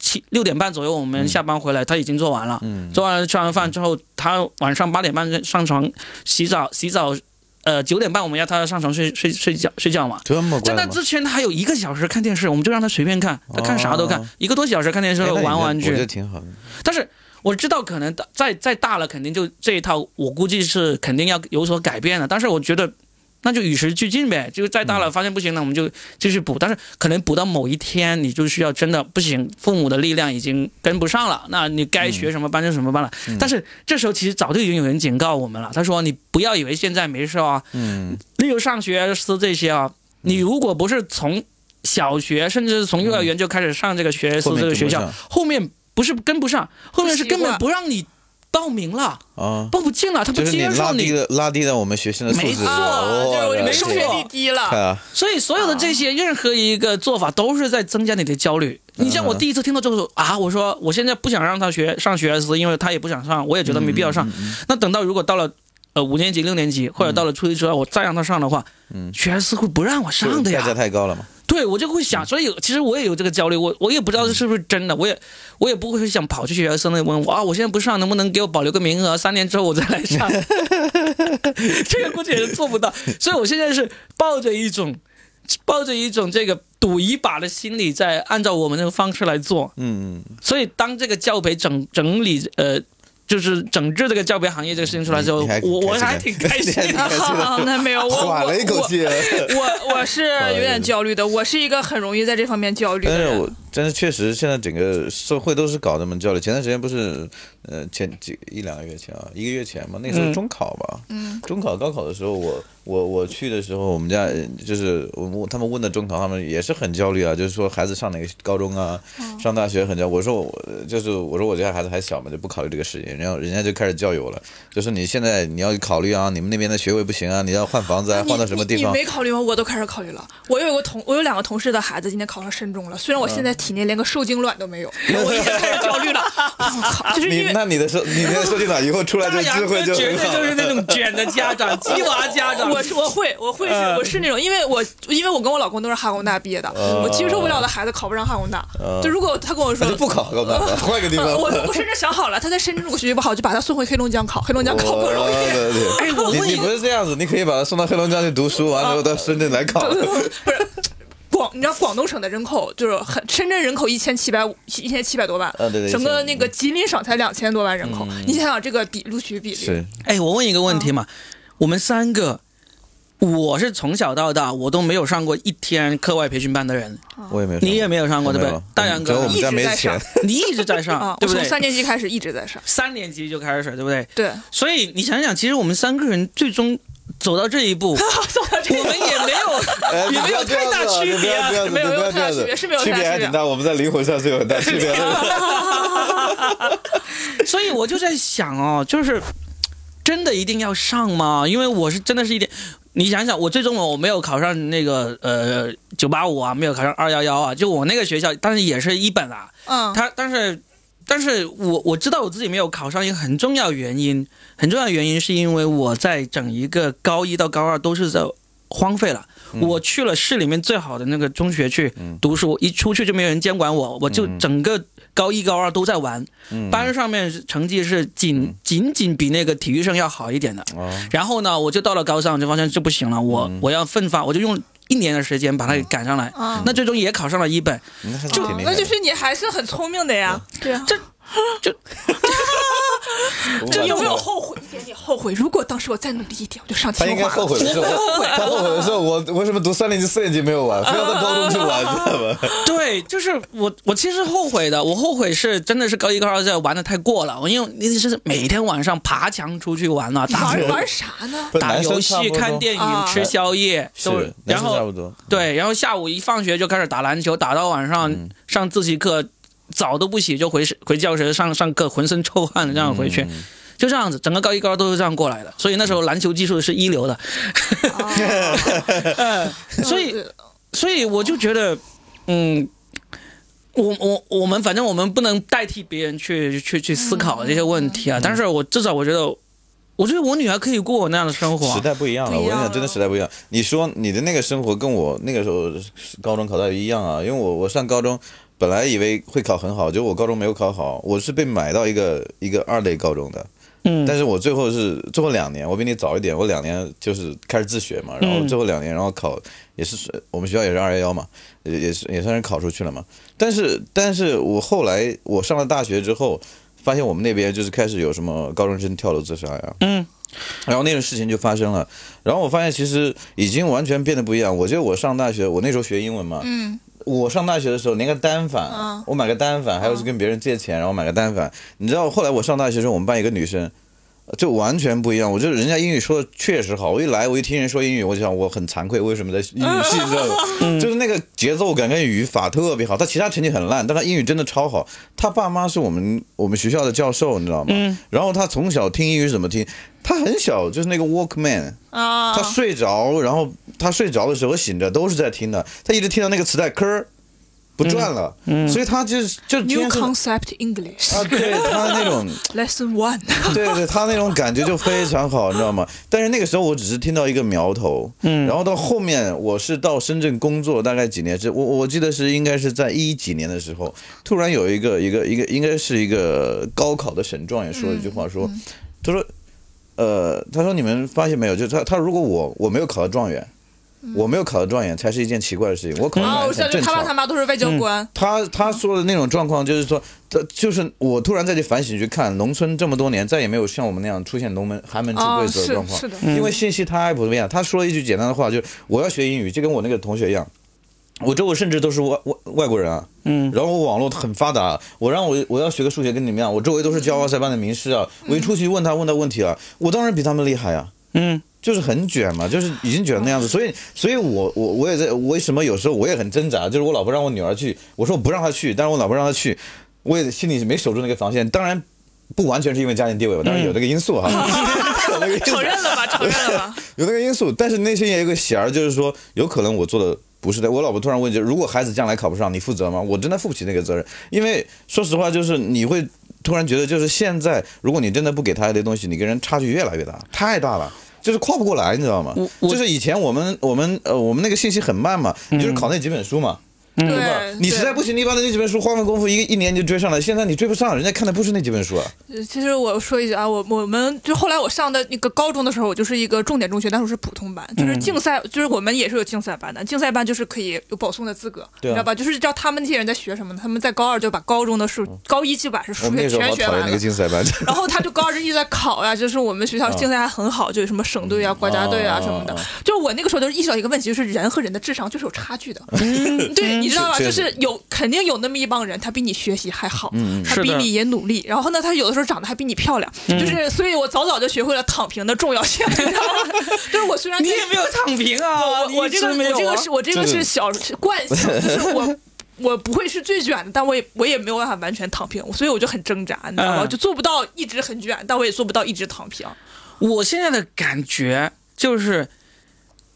[SPEAKER 1] 七六点半左右，我们下班回来，她已经做完了。
[SPEAKER 2] 嗯，
[SPEAKER 1] 做完了吃完饭之后，她晚上八点半上床洗澡，洗澡，呃九点半我们要她上床睡睡睡觉睡觉嘛。
[SPEAKER 2] 这么
[SPEAKER 1] 在
[SPEAKER 2] 乖
[SPEAKER 1] 那
[SPEAKER 2] 吗
[SPEAKER 1] 之前，她还有一个小时看电视，我们就让她随便看，她看啥都看，
[SPEAKER 2] 哦
[SPEAKER 1] 一个多小时看电视
[SPEAKER 2] 哎那你
[SPEAKER 1] 玩
[SPEAKER 2] 这
[SPEAKER 1] 玩具。
[SPEAKER 2] 我觉得挺好的。
[SPEAKER 1] 但是我知道，可能再再大了，肯定就这一套，我估计是肯定要有所改变的。但是我觉得，那就与时俱进呗，就是再大了发现不行了，我们就继续补。但是可能补到某一天，你就需要真的不行，父母的力量已经跟不上了，那你该学什么班就什么班了。
[SPEAKER 2] 嗯
[SPEAKER 1] 但是这时候其实早就已经有人警告我们了，他说你不要以为现在没事啊，
[SPEAKER 2] 嗯，
[SPEAKER 1] 例如上学思这些啊，你如果不是从小学甚至是从幼儿园就开始上这个学思
[SPEAKER 2] 后面
[SPEAKER 1] 这个
[SPEAKER 2] 跟
[SPEAKER 1] 学
[SPEAKER 2] 不
[SPEAKER 1] 校
[SPEAKER 2] 上，
[SPEAKER 1] 后面不是跟不上，后面是根
[SPEAKER 3] 不习
[SPEAKER 1] 本
[SPEAKER 3] 惯
[SPEAKER 1] 不让你报名了，
[SPEAKER 2] 啊，
[SPEAKER 1] 报不进了，他不
[SPEAKER 2] 就是你
[SPEAKER 1] 接受
[SPEAKER 2] 拉低
[SPEAKER 1] 你。
[SPEAKER 2] 了拉低了我们学生的素
[SPEAKER 1] 没
[SPEAKER 2] 质
[SPEAKER 1] 错
[SPEAKER 3] 啊，就是我这
[SPEAKER 1] 没错
[SPEAKER 2] 哦了
[SPEAKER 3] 个升
[SPEAKER 2] 解
[SPEAKER 3] 学率低
[SPEAKER 2] 看
[SPEAKER 3] 了，
[SPEAKER 2] 啊，
[SPEAKER 1] 所以所有的这些任何一个做法都是在增加你的焦虑。你像我
[SPEAKER 2] 嗯
[SPEAKER 1] 第一次听到这个时候啊，我说我现在不想让他学上学思，因为他也不想上，我也觉得没必要上。
[SPEAKER 2] 嗯
[SPEAKER 1] 那等到如果到了呃五年级、六年级，或者到了初一、初二，我再让他上的话，
[SPEAKER 2] 嗯
[SPEAKER 1] 学而思会不让我上的
[SPEAKER 2] 代
[SPEAKER 1] 呀。
[SPEAKER 2] 价太高了嘛。
[SPEAKER 1] 对，我就会
[SPEAKER 2] 嗯
[SPEAKER 1] 想，所以其实我也有这个焦虑，我我也不知道这是不是真的，我也我也不会想跑去学校生那问我啊，我现在不上，能不能给我保留个名额，三年之后我再来
[SPEAKER 2] [LAUGHS]
[SPEAKER 1] 上？这个估计也是做不到，所以我现在是抱着一种抱着一种这个赌一把的心理，在按照我们那个方式来做。
[SPEAKER 2] 嗯，
[SPEAKER 1] 所以当这个教培整整理呃，就是整治这个教培行业这个事情出来之后
[SPEAKER 2] 你还，
[SPEAKER 1] 我我
[SPEAKER 2] 开心
[SPEAKER 1] 还挺开心
[SPEAKER 2] 你
[SPEAKER 1] 的。
[SPEAKER 2] [LAUGHS] 还记得
[SPEAKER 3] 啊那没有
[SPEAKER 2] [LAUGHS]
[SPEAKER 3] 我
[SPEAKER 2] 缓
[SPEAKER 3] 我
[SPEAKER 2] 了一口气。
[SPEAKER 3] [LAUGHS]
[SPEAKER 2] 哎
[SPEAKER 3] 我
[SPEAKER 2] [LAUGHS]
[SPEAKER 3] 我是有点焦虑的，我是一个很容易在这方面焦虑
[SPEAKER 2] 但
[SPEAKER 3] 的
[SPEAKER 2] 是
[SPEAKER 3] 人。
[SPEAKER 2] 我但是确实现在整个社会都是搞这么教育。前段时间不是，呃，前几一两个月前啊，一个月前嘛，那个时候
[SPEAKER 1] 嗯
[SPEAKER 2] 中考吧，嗯，中考高考的时候，我我我去的时候，我们家呃就是我们他们问的中考，他们也是很焦虑啊，就是说孩子上哪个高中啊，
[SPEAKER 3] 嗯
[SPEAKER 2] 上大学很焦。我说我就是我说我家孩子还小嘛，就不考虑这个事情，然后人家就开始教育我了，就说你现在你要考虑啊，你们那边的学位不行啊，你要换房子啊，
[SPEAKER 3] 你
[SPEAKER 2] 换到什么地
[SPEAKER 3] 你你
[SPEAKER 2] 方？
[SPEAKER 3] 没考虑吗？我都开始考虑了。我有一个同，我有两个同事的孩子今年考上深中了，虽然我现
[SPEAKER 2] 嗯
[SPEAKER 3] 在体内连个受精卵都没
[SPEAKER 2] [LAUGHS]
[SPEAKER 3] 有，我已经开始焦虑了。我靠，就是 [LAUGHS] 因
[SPEAKER 2] 你
[SPEAKER 3] 为
[SPEAKER 2] 那你的设你的设计脑以后出来
[SPEAKER 1] 大
[SPEAKER 2] 就
[SPEAKER 1] 杨
[SPEAKER 2] 智慧
[SPEAKER 1] 哥
[SPEAKER 2] 就
[SPEAKER 1] 绝
[SPEAKER 2] 很
[SPEAKER 1] 对
[SPEAKER 2] 好
[SPEAKER 1] 就
[SPEAKER 2] 了
[SPEAKER 1] 是那种卷的家长，
[SPEAKER 3] [LAUGHS]
[SPEAKER 1] 鸡娃家
[SPEAKER 2] [LAUGHS]
[SPEAKER 1] 长。
[SPEAKER 3] 我是我会我会是
[SPEAKER 2] 嗯
[SPEAKER 3] 我是那种，因为我因为我跟我老公都是哈工大毕业的，我接受不了的孩子考不上哈工大。就如果他跟我说
[SPEAKER 2] 嗯那就不考高
[SPEAKER 3] [LAUGHS]
[SPEAKER 2] 大了，换个地方
[SPEAKER 3] 呃。我
[SPEAKER 2] 我
[SPEAKER 3] 我甚至想好了，他在深圳如果学习不好，就把他送回黑龙江考，黑龙江考不容易。
[SPEAKER 2] 对对
[SPEAKER 3] [LAUGHS]
[SPEAKER 1] 哎我
[SPEAKER 2] 你
[SPEAKER 1] 问
[SPEAKER 2] 你
[SPEAKER 1] 你
[SPEAKER 2] 不是这样子，你可以把他送到黑龙江去读书，完
[SPEAKER 3] 啊
[SPEAKER 2] 了之后到深圳来考。
[SPEAKER 3] 不是广，你知道广东省的人口就是很，深圳人口一千七百五一千七百多万，
[SPEAKER 2] 啊对对
[SPEAKER 3] 整
[SPEAKER 2] 1700
[SPEAKER 3] 个那个吉林省才两千多万人口，你想想这个比录取比例，
[SPEAKER 2] 是，
[SPEAKER 1] 哎，我问一个问
[SPEAKER 3] 嗯
[SPEAKER 1] 题嘛，我们三个，我是从小到大我都没有上过一天课外培训班的人，
[SPEAKER 2] 我也没有上过。
[SPEAKER 1] 你也没有上过对
[SPEAKER 2] 我没
[SPEAKER 1] 吧
[SPEAKER 2] 有？
[SPEAKER 1] 大杨
[SPEAKER 2] 主要
[SPEAKER 1] 哥
[SPEAKER 2] 我，们家没钱
[SPEAKER 3] 一直，
[SPEAKER 1] 你一直在
[SPEAKER 3] [LAUGHS]
[SPEAKER 1] 上
[SPEAKER 3] 啊，，
[SPEAKER 1] 对不
[SPEAKER 3] 我从三
[SPEAKER 1] 对？
[SPEAKER 3] 年级开始一直在上，
[SPEAKER 1] 三年级就开始，对不对？
[SPEAKER 2] [LAUGHS]
[SPEAKER 3] 对，
[SPEAKER 1] 所以你想想，其实我们三个人最终走到这一步，
[SPEAKER 3] [LAUGHS]
[SPEAKER 1] 我们也没
[SPEAKER 2] [LAUGHS] 哎
[SPEAKER 1] 有
[SPEAKER 2] 你
[SPEAKER 1] 也没
[SPEAKER 2] 不
[SPEAKER 1] 有
[SPEAKER 2] 要这
[SPEAKER 1] 太
[SPEAKER 2] 样
[SPEAKER 1] 大
[SPEAKER 2] 子啊
[SPEAKER 1] 区
[SPEAKER 2] 你不
[SPEAKER 1] 别
[SPEAKER 2] 要
[SPEAKER 1] 啊
[SPEAKER 2] 这。样子，
[SPEAKER 3] 没
[SPEAKER 2] 你
[SPEAKER 3] 有
[SPEAKER 2] 不要
[SPEAKER 3] 没有
[SPEAKER 2] 这样
[SPEAKER 3] 太大区别
[SPEAKER 2] 子，
[SPEAKER 3] 是没有
[SPEAKER 2] 区
[SPEAKER 3] 太
[SPEAKER 2] 别
[SPEAKER 3] 大
[SPEAKER 2] 还
[SPEAKER 3] 区别
[SPEAKER 2] 挺大，我们在灵魂上是有很大区别
[SPEAKER 3] [LAUGHS]
[SPEAKER 2] 的。
[SPEAKER 1] 所以我就在想哦，就是真的一定要上吗？因为我是真的是一点，你想想，我最终我没有考上那个呃九八五啊，没有考上二幺幺啊，就我那个学校，但是也是一本啊，
[SPEAKER 3] 嗯，
[SPEAKER 1] 他但是。但是我我知道我自己没有考上一个很重要原因，很重要原因是因为我在整一个高一到高二都是在荒废了。
[SPEAKER 2] 嗯
[SPEAKER 1] 我去了市里面最好的那个中学去读书，一出去就没有人监管我，我就整个高一高二都在玩，
[SPEAKER 2] 嗯
[SPEAKER 1] 班上面是成绩是仅仅仅比那个体育生要好一点的。
[SPEAKER 2] 哦嗯
[SPEAKER 1] 然后呢，我就到了高三，我就发现这不行了，我我要奋发，我就用一年的时间把它给赶上来，
[SPEAKER 3] 嗯
[SPEAKER 1] 那最终也考上了一本。
[SPEAKER 2] 那还是
[SPEAKER 3] 就
[SPEAKER 2] 挺厉害
[SPEAKER 3] 那就
[SPEAKER 2] 的。
[SPEAKER 3] 是你还是很聪明的呀。对啊，
[SPEAKER 2] 我
[SPEAKER 3] 这
[SPEAKER 2] 把
[SPEAKER 3] 有没有
[SPEAKER 2] 个
[SPEAKER 3] 后悔？一点点后悔。如果当时我再努力一点，我就上
[SPEAKER 2] 他
[SPEAKER 3] 清
[SPEAKER 2] 应该
[SPEAKER 3] 华
[SPEAKER 2] 后
[SPEAKER 3] 了。
[SPEAKER 2] 悔的是，他后悔的是我我为什么读三年级、四年级没有玩，非要到高中去玩，
[SPEAKER 3] 啊
[SPEAKER 2] 知道吗？
[SPEAKER 1] 对，就是我，我其实后悔的，我后悔是真的是高一高二在玩的太过了，我因为那是每天晚上爬墙出去玩了，啊打
[SPEAKER 2] [LAUGHS]
[SPEAKER 3] 玩玩啥呢？
[SPEAKER 2] 不是
[SPEAKER 1] 打
[SPEAKER 2] 男生
[SPEAKER 1] 游
[SPEAKER 2] 差
[SPEAKER 1] 戏、
[SPEAKER 2] 不多
[SPEAKER 1] 看电影、
[SPEAKER 3] 啊
[SPEAKER 1] 吃宵夜，都
[SPEAKER 2] 是，男
[SPEAKER 1] 然
[SPEAKER 2] 生差
[SPEAKER 1] 后
[SPEAKER 2] 不多。
[SPEAKER 1] 对，然后下午一放学就开始打篮球，打到晚上、
[SPEAKER 2] 嗯
[SPEAKER 1] 上自习课澡都不洗就回回教室上上课，浑身臭汗的这样
[SPEAKER 2] 嗯
[SPEAKER 1] 回去。就这样子，整个高一高二都是这样过来的，所以那时候篮球技术是一流的，呃 [LAUGHS] 所以
[SPEAKER 3] 嗯
[SPEAKER 1] 所以我就觉得，嗯，我我我们反正我们不能代替别人去去去思考这些问题啊，但是我至少我觉得，我觉得我女儿可以过我那样的生活
[SPEAKER 2] 时
[SPEAKER 1] 啊，
[SPEAKER 2] 代不一样了，
[SPEAKER 3] 不
[SPEAKER 2] 我
[SPEAKER 3] 一
[SPEAKER 2] 跟
[SPEAKER 3] 样
[SPEAKER 2] 你讲，真的时代不一样。你说你的那个生活跟我那个时候高中考大学一样啊，因为我我上高中本来以为会考很好，结果我高中没有考好，我是被买到一个一个二类高中的，
[SPEAKER 1] 嗯，
[SPEAKER 2] 但是我最后是最后两年，我比你早一点，我两年就是开始自学嘛，然后最后两年，然后考也是呃我们学校也是二幺幺嘛，也也是也算是考出去了嘛。但是但是我后来我上了大学之后，发现我们那边就是开始有什么高中生跳楼自杀呀，
[SPEAKER 1] 嗯，
[SPEAKER 2] 然后那种事情就发生了，然后我发现其实已经完全变得不一样。我觉得我上大学，我那时候学英文嘛，
[SPEAKER 3] 嗯，
[SPEAKER 2] 我上大学的时候连个单反，啊
[SPEAKER 3] 嗯
[SPEAKER 2] 我买个单反，还有是跟别人借钱，然后买个单反。你知道后来我上大学的时候，我们班一个女生。就完全不一样，我觉得人家英语说的确实好。我一来，我一听人说英语，我就想我很惭愧，为什么在英语系知道
[SPEAKER 3] 嗯
[SPEAKER 2] 吗？ [LAUGHS] 就是那个节奏感跟语法特别好。她其他成绩很烂，但她英语真的超好。她爸妈是我们我们学校的教授，你知道吗？
[SPEAKER 3] 嗯
[SPEAKER 2] 然后她从小听英语是怎么听？她很小就是那个 Walkman，
[SPEAKER 3] 啊
[SPEAKER 2] 他睡着，然后他睡着的时候醒着都是在听的，他一直听到那个磁带吭儿不转了，所以他就是就
[SPEAKER 3] 嗯，New
[SPEAKER 2] 天生
[SPEAKER 3] Concept English
[SPEAKER 2] 啊，对他那种，
[SPEAKER 3] Lesson One，
[SPEAKER 2] 对对，他那种感觉就非常好，你知道吗？但是那个时候我只是听到一个苗头，嗯，然后到后面我是到深圳工作大概几年，是我我记得是应该是在一几年的时候，突然有一个一个一个应该是一个高考的省状元说了一句话
[SPEAKER 3] 嗯
[SPEAKER 2] 说，他说，呃，他说你们发现没有，就是他他如果我我没有考到状元。我没有考到状元才是一件奇怪的事情，我考
[SPEAKER 3] 啊，
[SPEAKER 2] 到
[SPEAKER 3] 嗯
[SPEAKER 2] 状
[SPEAKER 3] 我知道，
[SPEAKER 2] 嗯元很
[SPEAKER 3] 就
[SPEAKER 2] 正
[SPEAKER 3] 他
[SPEAKER 2] 常。嗯
[SPEAKER 3] 爸他妈都是外交官，
[SPEAKER 2] 他他说的那种状况，就是说，他就是我突然再去反省去看，农村这么多年再也没有像我们那样出现龙门寒门出
[SPEAKER 3] 啊，
[SPEAKER 2] 贵子的
[SPEAKER 3] 是
[SPEAKER 2] 状况，
[SPEAKER 3] 是的，
[SPEAKER 2] 因为信息太普遍了。他说了一句简单的话，就是我要学英语，就跟我那个同学一样。我周围甚至都是外外外国人啊，嗯，然后我网络很发达，我让我我要学个数学跟你们一样，我周围都是教奥赛班的名师啊，我一出去问他问他问题啊，我当然比他们厉害啊，
[SPEAKER 1] 嗯，
[SPEAKER 2] 就是很卷嘛，就是已经卷成那样子，所以，所以我我我也在，我为什么有时候我也很挣扎，就是我老婆让我女儿去，我说我不让她去，但是我老婆让她去，我也心里没守住那个防线，当然不完全是因为家庭地位吧，当然有这个因素哈，有那个因素
[SPEAKER 3] 承认了吧，承认
[SPEAKER 2] [LAUGHS]
[SPEAKER 3] 了吧，
[SPEAKER 2] 有那个因素，但是内心也有个弦儿，就是说有可能我做的不是对。我老婆突然问一句：如果孩子将来考不上，你负责吗？我真的负不起那个责任，因为说实话，就是你会突然觉得，就是现在如果你真的不给他一些东西，你跟人差距越来越大，太大了。就是跨不过来，你知道吗
[SPEAKER 1] 我？我
[SPEAKER 2] 就是以前我们我们呃我们那个信息很慢嘛，你就是考那几本书嘛，对吧
[SPEAKER 3] 对，？
[SPEAKER 2] 嗯你实在不行，你把那几本书花个功夫一一年你就追上来，现在你追不上，人家看的不是那几本书啊。
[SPEAKER 3] 呃其实我说一句啊，我我们就后来我上的那个高中的时候，我就是一个重点中学，但是我是普通班，就是
[SPEAKER 2] 嗯
[SPEAKER 3] 竞赛，就是我们也是有竞赛班的，竞赛班就是可以有保送的资格，
[SPEAKER 2] 对啊
[SPEAKER 3] 你知道吧？就是知道他们那些人在学什么呢？他们在高二就把高中的数，高一就把是
[SPEAKER 2] 嗯我
[SPEAKER 3] 数
[SPEAKER 2] 们那时
[SPEAKER 3] 学
[SPEAKER 2] 候
[SPEAKER 3] 全
[SPEAKER 2] 好
[SPEAKER 3] 学
[SPEAKER 2] 讨厌
[SPEAKER 3] 完
[SPEAKER 2] 那个
[SPEAKER 3] 了。
[SPEAKER 2] 竞赛班，
[SPEAKER 3] 然后他就高二就一直在考呀、就是我们学校竞赛还很好，就有什么省队啊、国家队啊什么的。
[SPEAKER 2] 嗯啊
[SPEAKER 3] 就是我那个时候就是意识到一个问题，就是人和人的智商就是有差距的。
[SPEAKER 1] 嗯
[SPEAKER 3] [LAUGHS] 对，你知道吧？
[SPEAKER 2] 确
[SPEAKER 3] 就
[SPEAKER 2] 实
[SPEAKER 3] 是有肯定有那么一帮人，他比你学习还好，他
[SPEAKER 1] 嗯是
[SPEAKER 3] 比
[SPEAKER 1] 的嗯
[SPEAKER 3] 你也努力。然后呢，他有的时候长得还比你漂亮，就是所以，我早早就学会了躺平的重要性。你 [LAUGHS] 知道吗？就是我虽然
[SPEAKER 1] 你也没有躺平啊，
[SPEAKER 3] 我我
[SPEAKER 1] 你
[SPEAKER 3] 这
[SPEAKER 1] 一直
[SPEAKER 3] 个我
[SPEAKER 1] 没有
[SPEAKER 3] 这
[SPEAKER 1] 啊
[SPEAKER 3] 个是我这个
[SPEAKER 2] 这个
[SPEAKER 3] 是小是惯性，就是我。 [LAUGHS] 我不会是最卷的，但我也我也没有办法完全躺平，所以我就很挣扎，你知道吗？
[SPEAKER 1] 嗯
[SPEAKER 3] 就做不到一直很卷，但我也做不到一直躺平。
[SPEAKER 1] 我现在的感觉就是，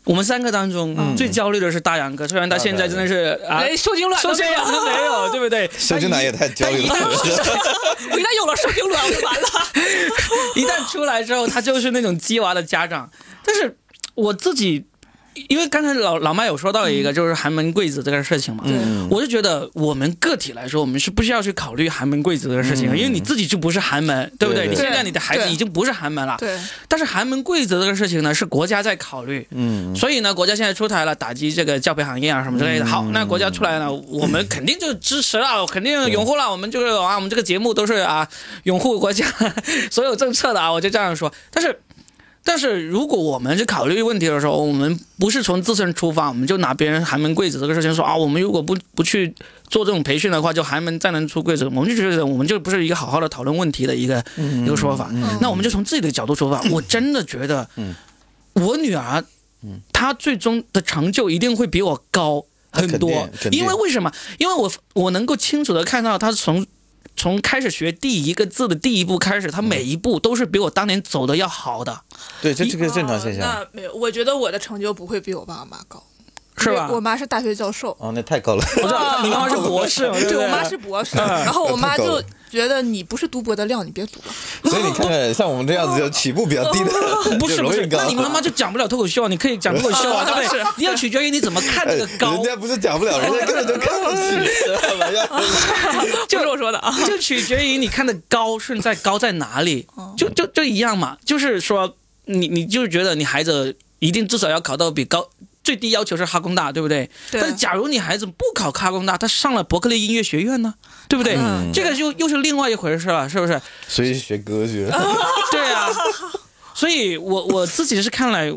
[SPEAKER 1] 我们三个当中最焦虑的是大杨哥，虽然他现在真的是啊，
[SPEAKER 3] 哎，受精卵都
[SPEAKER 1] 受精
[SPEAKER 3] 没有
[SPEAKER 1] 卵都没有，对不对？啊
[SPEAKER 2] 受精卵也太焦虑了。
[SPEAKER 3] 我一旦有了受精卵，我就完了。
[SPEAKER 1] [LAUGHS] 一旦出来之后，他就是那种鸡娃的家长。但是我自己因为刚才老老麦有说到
[SPEAKER 2] 嗯
[SPEAKER 1] 一个就是寒门贵子这个事情嘛，
[SPEAKER 3] 对
[SPEAKER 1] 我就觉得我们个体来说，我们是不需要去考虑寒门贵子这个事情的，因为你自己就不是寒门，对不
[SPEAKER 2] 嗯对
[SPEAKER 1] 你
[SPEAKER 2] 对
[SPEAKER 1] 现在你的孩子
[SPEAKER 3] 对
[SPEAKER 1] 已经不是寒门了，
[SPEAKER 3] 对，
[SPEAKER 1] 但是寒门贵子这个事情呢，是国家在考虑，嗯，所以呢，国家现在出台了打击这个教培行业啊什么之类的。好，那国家出来呢，我们肯定就支持了，肯定拥护了。我们这个啊，我们这个节目都是啊，拥护国家所有政策的啊，我就这样说。但是。但是如果我们去考虑问题的时候，我们不是从自身出发，我们就拿别人寒门贵子这个事情说啊，我们如果不不去做这种培训的话，就寒门再难出贵子，我们就觉得我们就不是一个好好的讨论问题的一个、
[SPEAKER 2] 嗯
[SPEAKER 1] 一个说法。那我们就从自己的角度出发，我真的觉得，
[SPEAKER 2] 嗯
[SPEAKER 1] 我女儿，她最终的成就一定会比我高很多
[SPEAKER 2] 那肯定肯，定
[SPEAKER 1] 因为为什么？因为我我能够清楚的看到她从。从开始学第一个字的第一步开始，她
[SPEAKER 2] 嗯
[SPEAKER 1] 每一步都是比我当年走的要好的，
[SPEAKER 2] 对，这这个正常现象。
[SPEAKER 1] 嗯
[SPEAKER 3] 啊那没有，我觉得我的成就不会比我爸妈高，
[SPEAKER 1] 是吧
[SPEAKER 3] 因为？我妈是大学教授，
[SPEAKER 2] 哦，那太高
[SPEAKER 1] [LAUGHS]
[SPEAKER 2] 了。
[SPEAKER 1] 我知道你妈妈是博士嘛，对不
[SPEAKER 3] [LAUGHS] 对
[SPEAKER 1] 对
[SPEAKER 3] 我妈是博
[SPEAKER 1] 嗯
[SPEAKER 3] 士，然后我妈
[SPEAKER 2] 太高
[SPEAKER 3] 就
[SPEAKER 2] 了
[SPEAKER 3] 觉得你不是读博的料，你别读了。
[SPEAKER 2] 所以你看看，像我们这样子就起步比较低的，
[SPEAKER 1] [LAUGHS] 不
[SPEAKER 2] 就是
[SPEAKER 1] 不
[SPEAKER 2] 容
[SPEAKER 1] 是
[SPEAKER 2] 易？高。
[SPEAKER 1] 那你妈妈就讲不了脱口秀啊，你可以讲脱口秀
[SPEAKER 2] [LAUGHS]
[SPEAKER 1] 啊，对不对？你要取决于你怎么看这个
[SPEAKER 2] 哎
[SPEAKER 1] 高啊
[SPEAKER 2] 人，家不是讲不了，人家根本就看不起，哦知道 [LAUGHS] 吧？要
[SPEAKER 3] 就是我说的啊，
[SPEAKER 1] [LAUGHS] 就取决于你看的高是在高在哪里，就就就一样嘛。就是说，你你就是觉得你孩子一定至少要考到比高最低要求是哈工大，对不 [LAUGHS] 对？嗯
[SPEAKER 3] 对啊
[SPEAKER 1] 但是假如你孩子不考哈工大，他上了伯克利音乐学院呢，对不对？
[SPEAKER 3] 嗯
[SPEAKER 1] 这个就又是另外一回事了，是不是？
[SPEAKER 2] 所以学歌去了。
[SPEAKER 1] 对啊，所以我我自己是看来，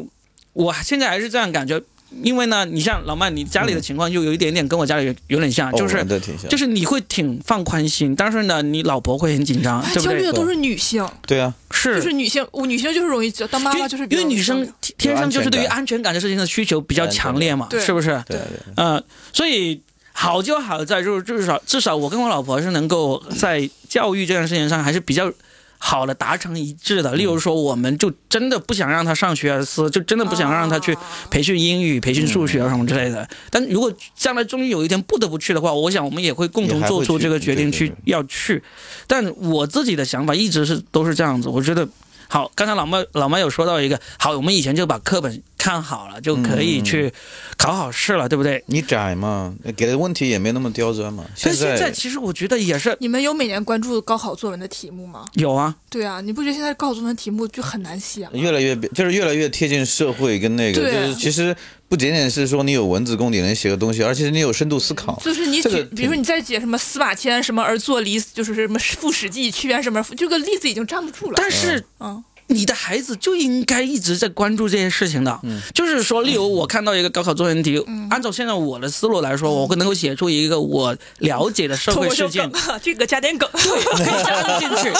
[SPEAKER 1] 我现在还是这样感觉，因为呢，你像老曼，你家里的情况就有一点点跟我家里有有点像，就是、
[SPEAKER 2] 这挺像，
[SPEAKER 1] 就是你会挺放宽心，但是呢，你老婆会很紧张，对嗯不
[SPEAKER 3] 焦虑
[SPEAKER 1] 对？
[SPEAKER 3] 的哎都是女性，
[SPEAKER 2] 对啊，
[SPEAKER 1] 是，
[SPEAKER 3] 就是女性，我女性就是容易焦，当妈妈就是比
[SPEAKER 1] 因
[SPEAKER 3] 较
[SPEAKER 1] 为女生天天生就是对于
[SPEAKER 2] 有
[SPEAKER 1] 安
[SPEAKER 2] 安全感
[SPEAKER 1] 全感这事情的需求比较强烈嘛，
[SPEAKER 3] 对
[SPEAKER 1] 是不是？
[SPEAKER 2] 对啊，
[SPEAKER 1] 呃，所以好就好在就是至少至少我跟我老婆是能够在教育这件事情上还是比较。好的，达成一致的。例如说，我们就真的不想让她上学而思，就真的不想让她
[SPEAKER 3] 啊
[SPEAKER 1] 去培训英语、培训数学
[SPEAKER 2] 嗯
[SPEAKER 1] 啊什么之类的。但如果将来终于有一天不得不去的话，我想我们也会共同
[SPEAKER 2] 也还会
[SPEAKER 1] 做出
[SPEAKER 2] 去
[SPEAKER 1] 这个决定
[SPEAKER 2] 对对
[SPEAKER 1] 去要去。但我自己的想法一直是都是这样子，我觉得好，刚才老麦老麦有说到一个，好，我们以前就把课本看好了，就可
[SPEAKER 2] 嗯
[SPEAKER 1] 以去考好试了，对不对？
[SPEAKER 2] 你窄嘛，给的问题也没那么刁钻嘛。
[SPEAKER 1] 但
[SPEAKER 2] 现
[SPEAKER 1] 现在其实我觉得也是
[SPEAKER 3] 你们有每年关注高考作文的题目吗？
[SPEAKER 1] 有啊，
[SPEAKER 3] 对啊，你不觉得现在高考作文题目就很难写吗？
[SPEAKER 2] 越来越就是越来越贴近社会跟那个，
[SPEAKER 3] 对
[SPEAKER 1] 啊
[SPEAKER 2] 就是其实不仅仅是说你有文字功底能写个东西，而且是你有深度思考。
[SPEAKER 3] 就是你
[SPEAKER 2] 这个
[SPEAKER 3] 举，比如说你再解什么司马迁什么而作离，就是什么副史记屈原什么，这个例子已经站不住了。
[SPEAKER 1] 但是
[SPEAKER 3] 嗯，
[SPEAKER 1] 你的孩子就应该一直在关注这些事情的。就是说，例如我看到一个高考作文题，
[SPEAKER 3] 嗯
[SPEAKER 1] 按照现在我的思路来说，我会能够写出一个我了解的社
[SPEAKER 3] 脱
[SPEAKER 1] 会
[SPEAKER 3] 口秀
[SPEAKER 1] 事件
[SPEAKER 3] 梗，，啊这个加点梗，
[SPEAKER 1] 可以加入进
[SPEAKER 3] [LAUGHS]
[SPEAKER 1] 去。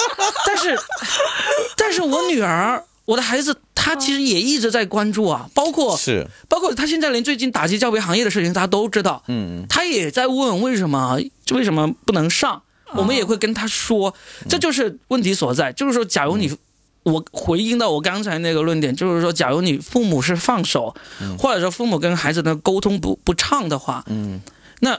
[SPEAKER 1] 但是，但是我女儿，我的孩子，她其实也一直在关注啊，包括
[SPEAKER 2] 是，
[SPEAKER 1] 包括他现在连最近打击教培行业的事情，他都知道。
[SPEAKER 2] 嗯，
[SPEAKER 1] 他也在问为什么为什么不能上，我们也
[SPEAKER 2] 嗯
[SPEAKER 3] [LAUGHS]
[SPEAKER 1] 会跟他说，这就是问题所在。就是说，假如
[SPEAKER 2] 嗯
[SPEAKER 1] 你、我回应到我刚才那个论点，就是说，假如你父母是放手，或者说父母跟孩子的沟通不不畅的话，
[SPEAKER 2] 嗯，
[SPEAKER 1] 那。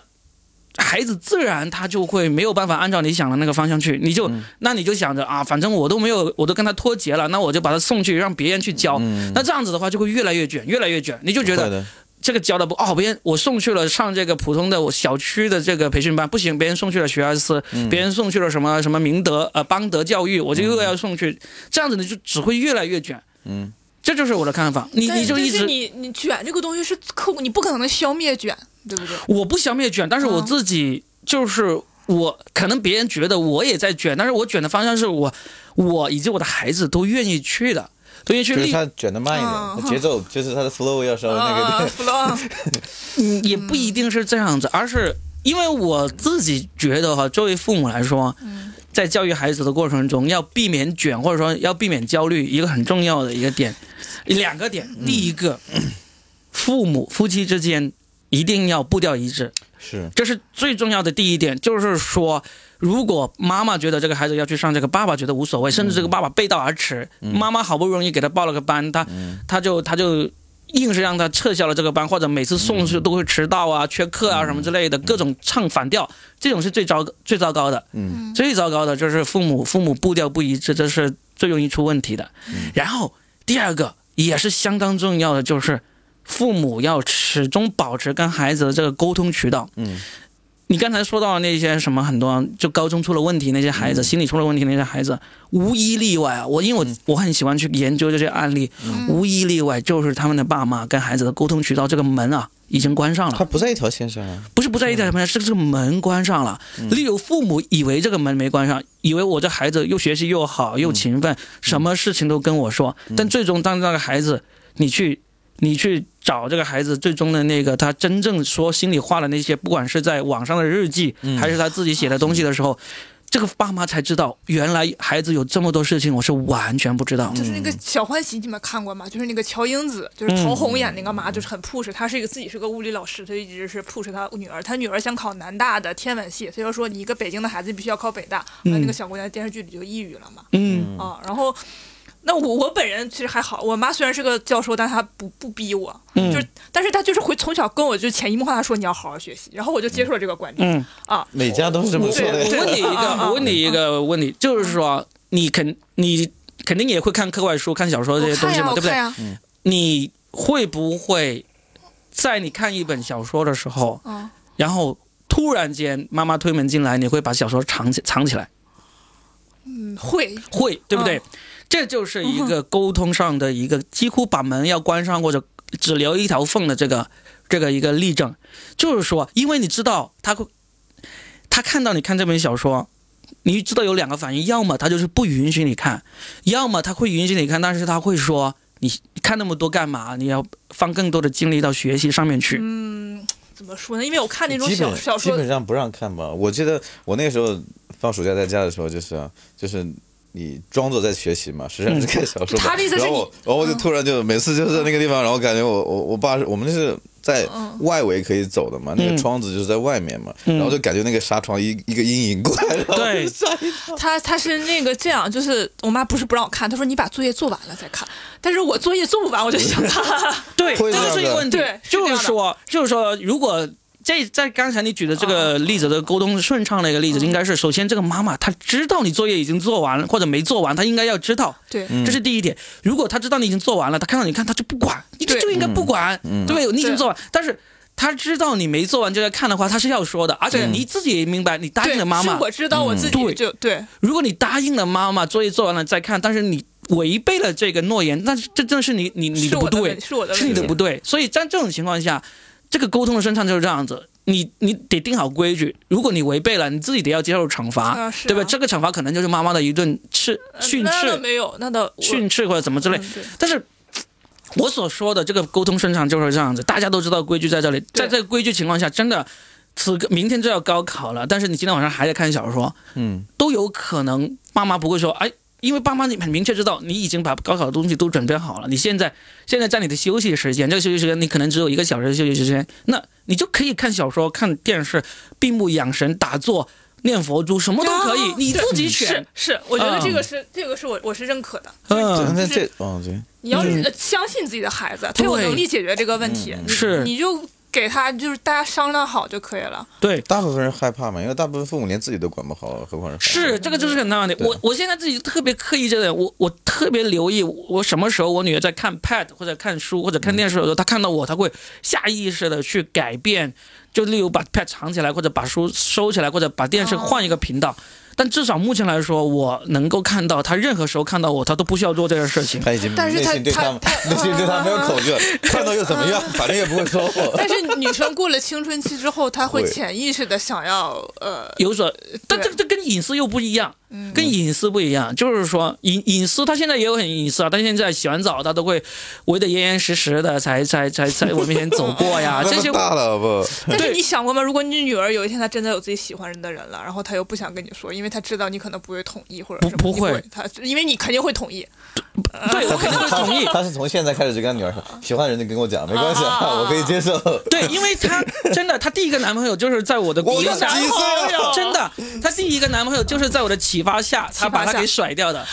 [SPEAKER 1] 孩子自然他就会没有办法按照你想的那个方向去，你就、
[SPEAKER 2] 嗯
[SPEAKER 1] 那你就想着啊，反正我都没有，我都跟他脱节了，那我就把他送去让别人去教，那这样子的话就会越来越卷，越来越卷，你就觉得
[SPEAKER 2] 嗯会的
[SPEAKER 1] 这个教的不哦，别人我送去了上这个普通的我小区的这个培训班不行，别人送去了学而思，
[SPEAKER 2] 嗯
[SPEAKER 1] 别人送去了什么什么明德呃邦德教育，我就又要送去，这样子你就只会越来越卷。
[SPEAKER 2] 嗯，
[SPEAKER 1] 这就是我的看法。你
[SPEAKER 3] 但
[SPEAKER 1] 你
[SPEAKER 3] 是
[SPEAKER 1] 就一
[SPEAKER 3] 是
[SPEAKER 1] 直
[SPEAKER 3] 你你卷这个东西是客观，你不可能消灭卷，对不对？
[SPEAKER 1] 我不消灭卷，但是我
[SPEAKER 3] 嗯
[SPEAKER 1] 自己就是我，可能别人觉得我也在卷，但是我卷的方向是我我以及我的孩子都愿意去的，都愿意去
[SPEAKER 2] 就是
[SPEAKER 1] 立
[SPEAKER 2] 他卷的慢一
[SPEAKER 3] 嗯
[SPEAKER 2] 点，他节
[SPEAKER 3] [LAUGHS]
[SPEAKER 2] 奏就是他的 flow 要
[SPEAKER 1] 呃
[SPEAKER 2] 稍微那个一
[SPEAKER 3] 啊
[SPEAKER 2] 点。
[SPEAKER 1] [LAUGHS]
[SPEAKER 3] ，flow，
[SPEAKER 1] 嗯，也不一定是这样子，而是因为我自己觉得哈，作为父母来说，在教育孩子的过程中，要避免卷或者说要避免焦虑，一个很重要的一个点，两个点。第一个，父母夫妻之间一定要步调一致，
[SPEAKER 2] 是，
[SPEAKER 1] 这是最重要的第一点，就是说，如果妈妈觉得这个孩子要去上这个，爸爸觉得无所谓，甚至这个爸爸背道而驰，妈妈好不容易给他报了个班，他、他就他就硬是让他撤销了这个班，或者每次送去都会迟到啊、缺课啊什么之类的，各种唱反调，这种是最糟最糟糕的。
[SPEAKER 2] 嗯，
[SPEAKER 1] 最糟糕的就是父母父母步调不一致，这是最容易出问题的。然后第二个也是相当重要的，就是父母要始终保持跟孩子的这个沟通渠道。
[SPEAKER 2] 嗯，
[SPEAKER 1] 你刚才说到那些什么很多就高中出了问题那些孩子，心理出了问题那些孩子，无一例外啊！我因为我、我很喜欢去研究这些案例，
[SPEAKER 3] 嗯
[SPEAKER 1] 无一例外就是他们的爸妈跟孩子的沟通渠道这个门啊已经关上了
[SPEAKER 2] 他。不在一条线上啊。
[SPEAKER 1] 不是不在意在什么呢？是这个门关上了。例如父母以为这个门没关上，以为我这孩子又学习又好又勤奋，什么事情都跟我说。但最终当这个孩子，你去你去找这个孩子最终的那个他真正说心里话的那些，不管是在网上的日记，还是他自己写的东西的时候。这个爸妈才知道，原来孩子有这么多事情，我是完全不知道的。
[SPEAKER 3] 就是那个小欢喜，你们看过吗？就是那个乔英子，就是陶
[SPEAKER 1] 嗯
[SPEAKER 3] 虹演那个嘛，就是很 push，她是一个自己是个物理老师，她一直是 push 她女儿，她女儿想考南大的天文系，所以就说你一个北京的孩子必须要考北大，
[SPEAKER 1] 嗯
[SPEAKER 3] 那那个小姑娘电视剧里就抑郁了嘛，
[SPEAKER 1] 嗯
[SPEAKER 3] 啊，然后。那我我本人其实还好，我妈虽然是个教授，但她不不逼我，
[SPEAKER 1] 嗯
[SPEAKER 3] 就是但是她就是会从小跟我就潜移默化地说你要好好学习，然后我就接受了这个观点、
[SPEAKER 1] 嗯，
[SPEAKER 3] 啊，
[SPEAKER 2] 每家都是这么
[SPEAKER 1] 我
[SPEAKER 2] 做的
[SPEAKER 3] 对。
[SPEAKER 1] 我问你一
[SPEAKER 3] 啊
[SPEAKER 1] 个
[SPEAKER 3] 啊，啊
[SPEAKER 1] 我问你一个问题，就是说，你肯你肯定也会看课外书、看小说这些
[SPEAKER 3] 我
[SPEAKER 1] 东
[SPEAKER 3] 看
[SPEAKER 1] 西
[SPEAKER 3] 呀
[SPEAKER 1] 嘛，
[SPEAKER 3] 我
[SPEAKER 1] 对不
[SPEAKER 3] 看
[SPEAKER 1] 对？
[SPEAKER 3] 呀，
[SPEAKER 1] 你会不会在你看一本小说的时候，
[SPEAKER 3] 嗯
[SPEAKER 1] 然后突然间妈妈推门进来，你会把小说藏起藏起来？
[SPEAKER 3] 嗯会
[SPEAKER 1] 会，对不对？
[SPEAKER 3] 嗯
[SPEAKER 1] 这就是一个沟通上的一个几乎把门要关上或者只留一条缝的这个这个一个例证，就是说，因为你知道他会，他看到你看这本小说。你知道有两个反应，要么他就是不允许你看，要么他会允许你看，但是他会说你你看那么多干嘛？你要放更多的精力到学习上面去。
[SPEAKER 3] 怎么说呢？因为我
[SPEAKER 2] [LAUGHS]
[SPEAKER 3] 看那种
[SPEAKER 2] 基
[SPEAKER 3] 小
[SPEAKER 2] 本
[SPEAKER 3] 小
[SPEAKER 2] 基
[SPEAKER 3] 说，
[SPEAKER 2] 本上不让看吧。我记得我那个时候放暑假在家的时候，就是啊就是你装作在学习嘛，实际上是看小说嘛。
[SPEAKER 3] 他的意思是
[SPEAKER 2] 然后我，然后我就突然就每次就是在那个地方，然后感觉我我我爸是我们是在
[SPEAKER 3] 嗯
[SPEAKER 2] 外围可以走的嘛，那个窗子就是在外面嘛，然后就感觉那个纱窗一一个阴影过来，然后
[SPEAKER 1] 对
[SPEAKER 2] 就吓一跳
[SPEAKER 3] 他他是那个这样，就是我妈不是不让我看，她说你把作业做完了再看，但是我作业做不完我就想看，
[SPEAKER 1] [LAUGHS] 对，这
[SPEAKER 2] 会这样
[SPEAKER 1] 就是一个
[SPEAKER 2] 的
[SPEAKER 1] 问题
[SPEAKER 3] 对。是
[SPEAKER 1] 就
[SPEAKER 3] 这样
[SPEAKER 1] 是
[SPEAKER 3] 的
[SPEAKER 1] 说，就是说，如果这在刚才你举的这
[SPEAKER 3] 啊
[SPEAKER 1] 个例子的沟通顺畅的一个
[SPEAKER 3] 嗯
[SPEAKER 1] 例子，应该是首先这个妈妈她知道你作业已经做完了或者没做完，她应该要知道，
[SPEAKER 3] 对，
[SPEAKER 1] 这是第一点。如果她知道你已经做完了，她看到你看她就不管，你
[SPEAKER 3] 对
[SPEAKER 1] 就应该不管，对不对？你已经
[SPEAKER 3] 对
[SPEAKER 1] 做完，但是。她知道你没做完就在看的话，她是要说的，而且你自己也明白，你答
[SPEAKER 3] 对，
[SPEAKER 1] 应了妈妈
[SPEAKER 3] 是，我知道我自己
[SPEAKER 1] 对
[SPEAKER 3] 就对，
[SPEAKER 1] 如果你答应了妈妈，作业做完了再看，但是你违背了这个诺言，那是这正是你你你
[SPEAKER 3] 是
[SPEAKER 1] 的不
[SPEAKER 3] 我的
[SPEAKER 1] 对
[SPEAKER 3] 问，，是我的
[SPEAKER 1] 是你的
[SPEAKER 3] 问
[SPEAKER 1] 不
[SPEAKER 3] 题，
[SPEAKER 1] 对。所以在这种情况下，这个沟通的顺畅就是这样子。你你得定好规矩，如果你违背了，你自己得要接受惩罚，
[SPEAKER 3] 啊是
[SPEAKER 1] 对吧？
[SPEAKER 3] 啊
[SPEAKER 1] 这个惩罚可能就是妈妈的一顿斥
[SPEAKER 3] 呃
[SPEAKER 1] 训
[SPEAKER 3] 那倒
[SPEAKER 1] 斥、
[SPEAKER 3] 没有，那倒我
[SPEAKER 1] 训斥或者怎么之类。
[SPEAKER 3] 嗯对
[SPEAKER 1] 但是我所说的这个沟通顺畅就是这样子，大家都知道规矩在这里，
[SPEAKER 3] 对
[SPEAKER 1] 在这个规矩情况下，真的此刻明天就要高考了，但是你今天晚上还在看小说，
[SPEAKER 2] 嗯，
[SPEAKER 1] 都有可能爸妈不会说，哎，因为爸妈很明确知道你已经把高考的东西都准备好了，你现在现在在你的休息时间，这个休息时间你可能只有一个小时的休息时间，那你就可以看小说、看电视、闭目养神、打坐、念佛珠，什么都可以
[SPEAKER 3] 啊，
[SPEAKER 1] 你自己
[SPEAKER 3] 是
[SPEAKER 1] 选。
[SPEAKER 3] 是，我觉得
[SPEAKER 1] 嗯
[SPEAKER 3] 这个是这个是我我是认可的，
[SPEAKER 1] 嗯，
[SPEAKER 2] 那
[SPEAKER 3] 就是
[SPEAKER 2] 这哦对，
[SPEAKER 3] 你要
[SPEAKER 1] 嗯
[SPEAKER 3] 是呃相信自己的孩子，他有
[SPEAKER 1] 对嗯
[SPEAKER 3] 能力解决这个问题，你
[SPEAKER 1] 是
[SPEAKER 3] 你就给他就是大家商量好就可以了，
[SPEAKER 1] 对。
[SPEAKER 2] 大部分人害怕嘛，因为大部分父母连自己都管不好，何况是孩子
[SPEAKER 1] 是，这个就是很大的问题。我我现在自己特别刻意这点，我我特别留意，我什么时候我女儿在看 pad 或者看书或者看电视的时候，她看到我，她会下意识的去改变，就例如把 pad 藏起来，或者把书收起来，或者把电视换一个频道。但至少目前来说，我能够看到她任何时候看到我，她都不需要做这件事情。
[SPEAKER 2] 他已经
[SPEAKER 3] 但是
[SPEAKER 2] 内
[SPEAKER 3] 他
[SPEAKER 2] 心对
[SPEAKER 3] 他
[SPEAKER 2] 他
[SPEAKER 3] 他
[SPEAKER 2] [LAUGHS]
[SPEAKER 3] 啊
[SPEAKER 2] 内心对他没有恐惧了，看到又怎么样？反正也不会说
[SPEAKER 3] [LAUGHS]
[SPEAKER 2] 我。
[SPEAKER 3] 但是女生过了青春期之后，她会
[SPEAKER 2] 对
[SPEAKER 3] 潜意识的想要呃
[SPEAKER 1] 有所，但这
[SPEAKER 3] 对
[SPEAKER 1] 这跟隐私又不一样，跟隐私不一样，就是说隐隐私，他现在也有很隐私啊，他现在洗完澡他都会围得严严实实的，才才才才我面前走过
[SPEAKER 2] [LAUGHS]
[SPEAKER 3] 啊
[SPEAKER 1] 呀，
[SPEAKER 2] 那
[SPEAKER 1] 这
[SPEAKER 2] 么
[SPEAKER 1] 些
[SPEAKER 2] 大了不？
[SPEAKER 3] 但是
[SPEAKER 1] 对
[SPEAKER 3] 你想过吗？如果你女儿有一天她真的有自己喜欢的人了，然后她又不想跟你说，因为她知道你可能不会同意或者
[SPEAKER 1] 不
[SPEAKER 3] 什么，
[SPEAKER 1] 不
[SPEAKER 3] 你
[SPEAKER 1] 会
[SPEAKER 3] 会，她因为你肯定会同意。
[SPEAKER 1] 对我肯定会
[SPEAKER 2] [LAUGHS]
[SPEAKER 1] 同意，
[SPEAKER 2] 他是从现在开始就跟女儿说，喜欢的人就跟我讲，没关系
[SPEAKER 3] 啊啊啊
[SPEAKER 2] 啊，我可以接受。
[SPEAKER 1] 对，因为她真的，她第一个男朋友就是在我的
[SPEAKER 2] 我
[SPEAKER 1] 鼓励
[SPEAKER 2] 有
[SPEAKER 1] 下
[SPEAKER 2] 几岁啊
[SPEAKER 1] 哎呦真的，她第一个男朋友就是在我的启发下，她把
[SPEAKER 3] 发
[SPEAKER 1] 他
[SPEAKER 3] 下
[SPEAKER 1] 给甩掉的，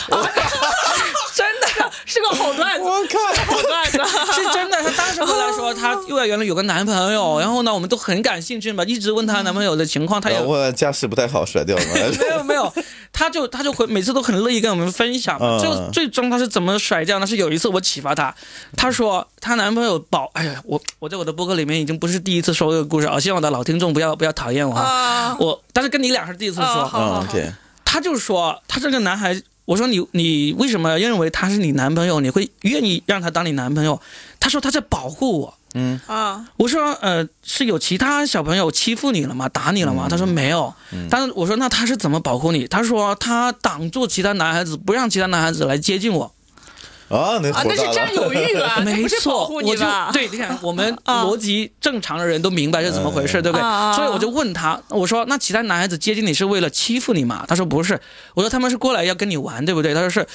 [SPEAKER 1] 真的，
[SPEAKER 3] 是个好段
[SPEAKER 1] [LAUGHS]
[SPEAKER 3] 子，
[SPEAKER 2] 我靠，
[SPEAKER 3] 好段子。
[SPEAKER 1] 是真的，她当时回来说，她幼儿园里有个男朋友，然后呢，我们都很感兴趣嘛，一直问她男朋友的情况，
[SPEAKER 3] 哎
[SPEAKER 1] 她也
[SPEAKER 2] 然后问家世不太好，甩掉
[SPEAKER 1] [LAUGHS] 没
[SPEAKER 2] 了。
[SPEAKER 1] 有没有，他就他就会每次都很乐意跟我们分享嘛。
[SPEAKER 2] 嗯
[SPEAKER 1] 最后最终他是怎么甩掉呢？是有一次我启发他，他说她男朋友保，哎呀，我我在我的播客里面已经不是第一次说这个故事啊，希望我的老听众不要不要讨厌我啊。
[SPEAKER 3] 啊，
[SPEAKER 1] 我但是跟你俩是第一次
[SPEAKER 3] 啊
[SPEAKER 1] 说，
[SPEAKER 3] [LAUGHS] 好好
[SPEAKER 2] 嗯
[SPEAKER 3] 好
[SPEAKER 2] ，OK，
[SPEAKER 1] 他就说他这个男孩，我说你你为什么认为他是你男朋友？你会愿意让他当你男朋友？他说他在保护我。
[SPEAKER 2] 嗯，
[SPEAKER 3] 啊，
[SPEAKER 1] 我说，呃，是有其他小朋友欺负你了吗？打你了吗？他说没有。但是我说，那他是怎么保护你？他说他挡住其他男孩子，不让其他男孩子来接近我。
[SPEAKER 2] 啊，那
[SPEAKER 3] 啊，
[SPEAKER 2] 火大
[SPEAKER 3] 那是占有
[SPEAKER 2] 了。[LAUGHS]
[SPEAKER 3] 欲吧？那
[SPEAKER 1] 没
[SPEAKER 3] 啊不是保
[SPEAKER 1] 错，
[SPEAKER 3] 护
[SPEAKER 1] 我
[SPEAKER 3] 你
[SPEAKER 1] 就
[SPEAKER 3] 吧？
[SPEAKER 1] 对，你看我
[SPEAKER 3] [LAUGHS]
[SPEAKER 1] 们
[SPEAKER 3] 啊
[SPEAKER 1] 逻辑正常的人都明白是怎么回事，
[SPEAKER 2] 嗯
[SPEAKER 1] 对不对？
[SPEAKER 3] 啊啊啊
[SPEAKER 1] 所以我就问他，我说那其他男孩子接近你是为了欺负你吗？他说不是，我说他们是过来要跟你玩，对不对？他说是。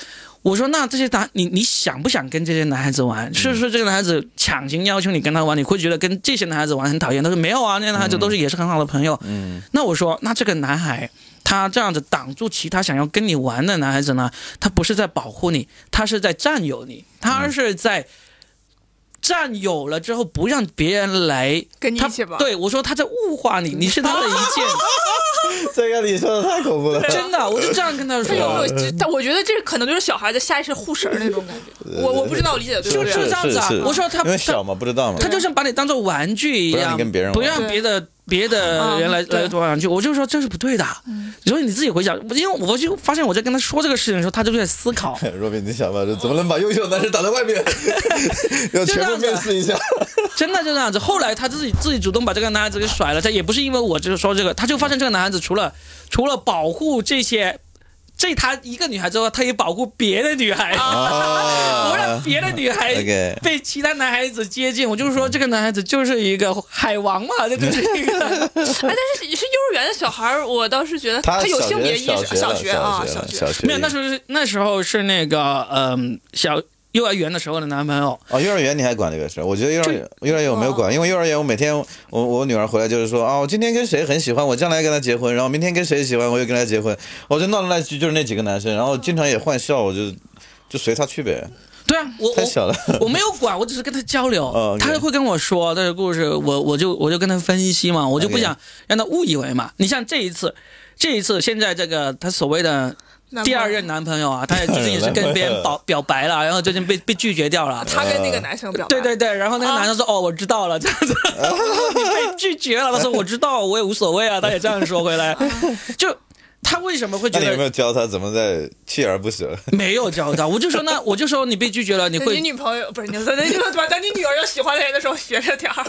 [SPEAKER 1] 我说那这些男你你想不想跟这些男孩子玩？是不是这个男孩子强行要求你跟他玩，你会觉得跟这些男孩子玩很讨厌？他说没有啊，那些男孩子都是也是很好的朋友。
[SPEAKER 2] 嗯，
[SPEAKER 1] 那我说那这个男孩他这样子挡住其他想要跟你玩的男孩子呢，他不是在保护你，他是在占有你，他
[SPEAKER 2] 嗯
[SPEAKER 1] 是在占有了之后不让别人来
[SPEAKER 3] 跟你
[SPEAKER 1] 他
[SPEAKER 3] 一起吧。
[SPEAKER 1] 对我说他在物化你，你是他的一件，
[SPEAKER 3] [LAUGHS]
[SPEAKER 2] 这个你说的太恐怖了。
[SPEAKER 1] 真的，我就这样跟他
[SPEAKER 3] 他有我
[SPEAKER 1] 说。，
[SPEAKER 3] 但我觉得这可能就是小孩的下意识护食儿那种感觉。我我不知道，我理解的对不
[SPEAKER 1] 就
[SPEAKER 3] 对？
[SPEAKER 1] 这样子啊
[SPEAKER 2] 呃是是
[SPEAKER 1] 我说他
[SPEAKER 2] 因为小嘛，不知道嘛。
[SPEAKER 1] 他就像把你当做玩具一
[SPEAKER 2] 不让
[SPEAKER 1] 样
[SPEAKER 2] 你跟别人，玩
[SPEAKER 1] 不让别的别的人来
[SPEAKER 3] 嗯对嗯
[SPEAKER 1] 来玩玩具，我就说这是不对的。所以你自己回想，因为我就发现我在跟他说这个事情的时候，他就在思考。
[SPEAKER 2] [LAUGHS] 若冰，你想吧，这怎么能把优秀男人打在外面？ [LAUGHS] 要全部面试一下。
[SPEAKER 1] 真的就这样子。后来他自己自己主动把这个男孩子给甩了，他也不是因为我就是说这个，他就发现这个男孩子除了除了保护这些这他一个女孩之外，他也保护别的女孩，啊不让
[SPEAKER 2] 啊
[SPEAKER 1] 别的女孩。
[SPEAKER 2] ，OK，
[SPEAKER 1] 被其他男孩子接近，我就是说这个男孩子就是一个海王嘛，这就是一个
[SPEAKER 2] [LAUGHS]
[SPEAKER 3] 哎，但是是幼儿园的小孩儿，我倒是觉得
[SPEAKER 2] 他
[SPEAKER 3] 有
[SPEAKER 2] 小
[SPEAKER 3] 性别
[SPEAKER 2] 学
[SPEAKER 3] 意识。
[SPEAKER 2] 小
[SPEAKER 3] 学
[SPEAKER 2] 了
[SPEAKER 3] 啊，
[SPEAKER 2] 小
[SPEAKER 3] 小
[SPEAKER 2] 了小学
[SPEAKER 1] 没有。那时候是那时候是那个嗯、小幼儿园的时候的男朋友，
[SPEAKER 2] 哦，幼儿园你还管这个事儿？我觉得幼儿园幼儿园我没有管，因为幼儿园我每天我我女儿回来就是说啊，我今天跟谁很喜欢，我将来跟她结婚，然后明天跟谁喜欢，我又跟她结婚，我就闹来闹去就是那几个男生，然后经常也换校，我就就随她去呗，
[SPEAKER 1] 对啊，我
[SPEAKER 2] 太
[SPEAKER 1] 我
[SPEAKER 2] 小了。
[SPEAKER 1] [LAUGHS] 我没有管，我只是跟他交流，
[SPEAKER 2] 哦，OK
[SPEAKER 1] 他会跟我说这个故事，我我就我就跟他分析嘛，我就不
[SPEAKER 2] OK
[SPEAKER 1] 想让他误以为嘛。你像这一次，这一次现在这个他所谓的
[SPEAKER 3] 男朋
[SPEAKER 1] 第
[SPEAKER 3] 友
[SPEAKER 1] 二任男朋
[SPEAKER 2] [LAUGHS]
[SPEAKER 1] 友啊，他也最近也是跟别人表表白了，然后最近被被拒绝掉
[SPEAKER 2] [LAUGHS]
[SPEAKER 1] 了。
[SPEAKER 3] 他跟
[SPEAKER 2] 呃
[SPEAKER 3] 那个男生表白。
[SPEAKER 1] 对对对，然后那个男生说：“
[SPEAKER 3] 啊
[SPEAKER 1] 哦，我知道了，这样子 [LAUGHS] 你被拒绝了。”他说：“我知道，我也无所谓啊。”他也这样说回
[SPEAKER 3] [LAUGHS]
[SPEAKER 1] 来，就他为什么会觉
[SPEAKER 2] 那 [LAUGHS] 你有没
[SPEAKER 1] 得
[SPEAKER 2] 有教她怎么在锲而不舍？
[SPEAKER 1] 没有教他？我就说那我就说你被拒绝了，你
[SPEAKER 3] 等
[SPEAKER 1] 会
[SPEAKER 3] 你女朋友不是你，等你把等你女儿有喜欢的人的时候学着点
[SPEAKER 1] [LAUGHS]
[SPEAKER 3] 儿。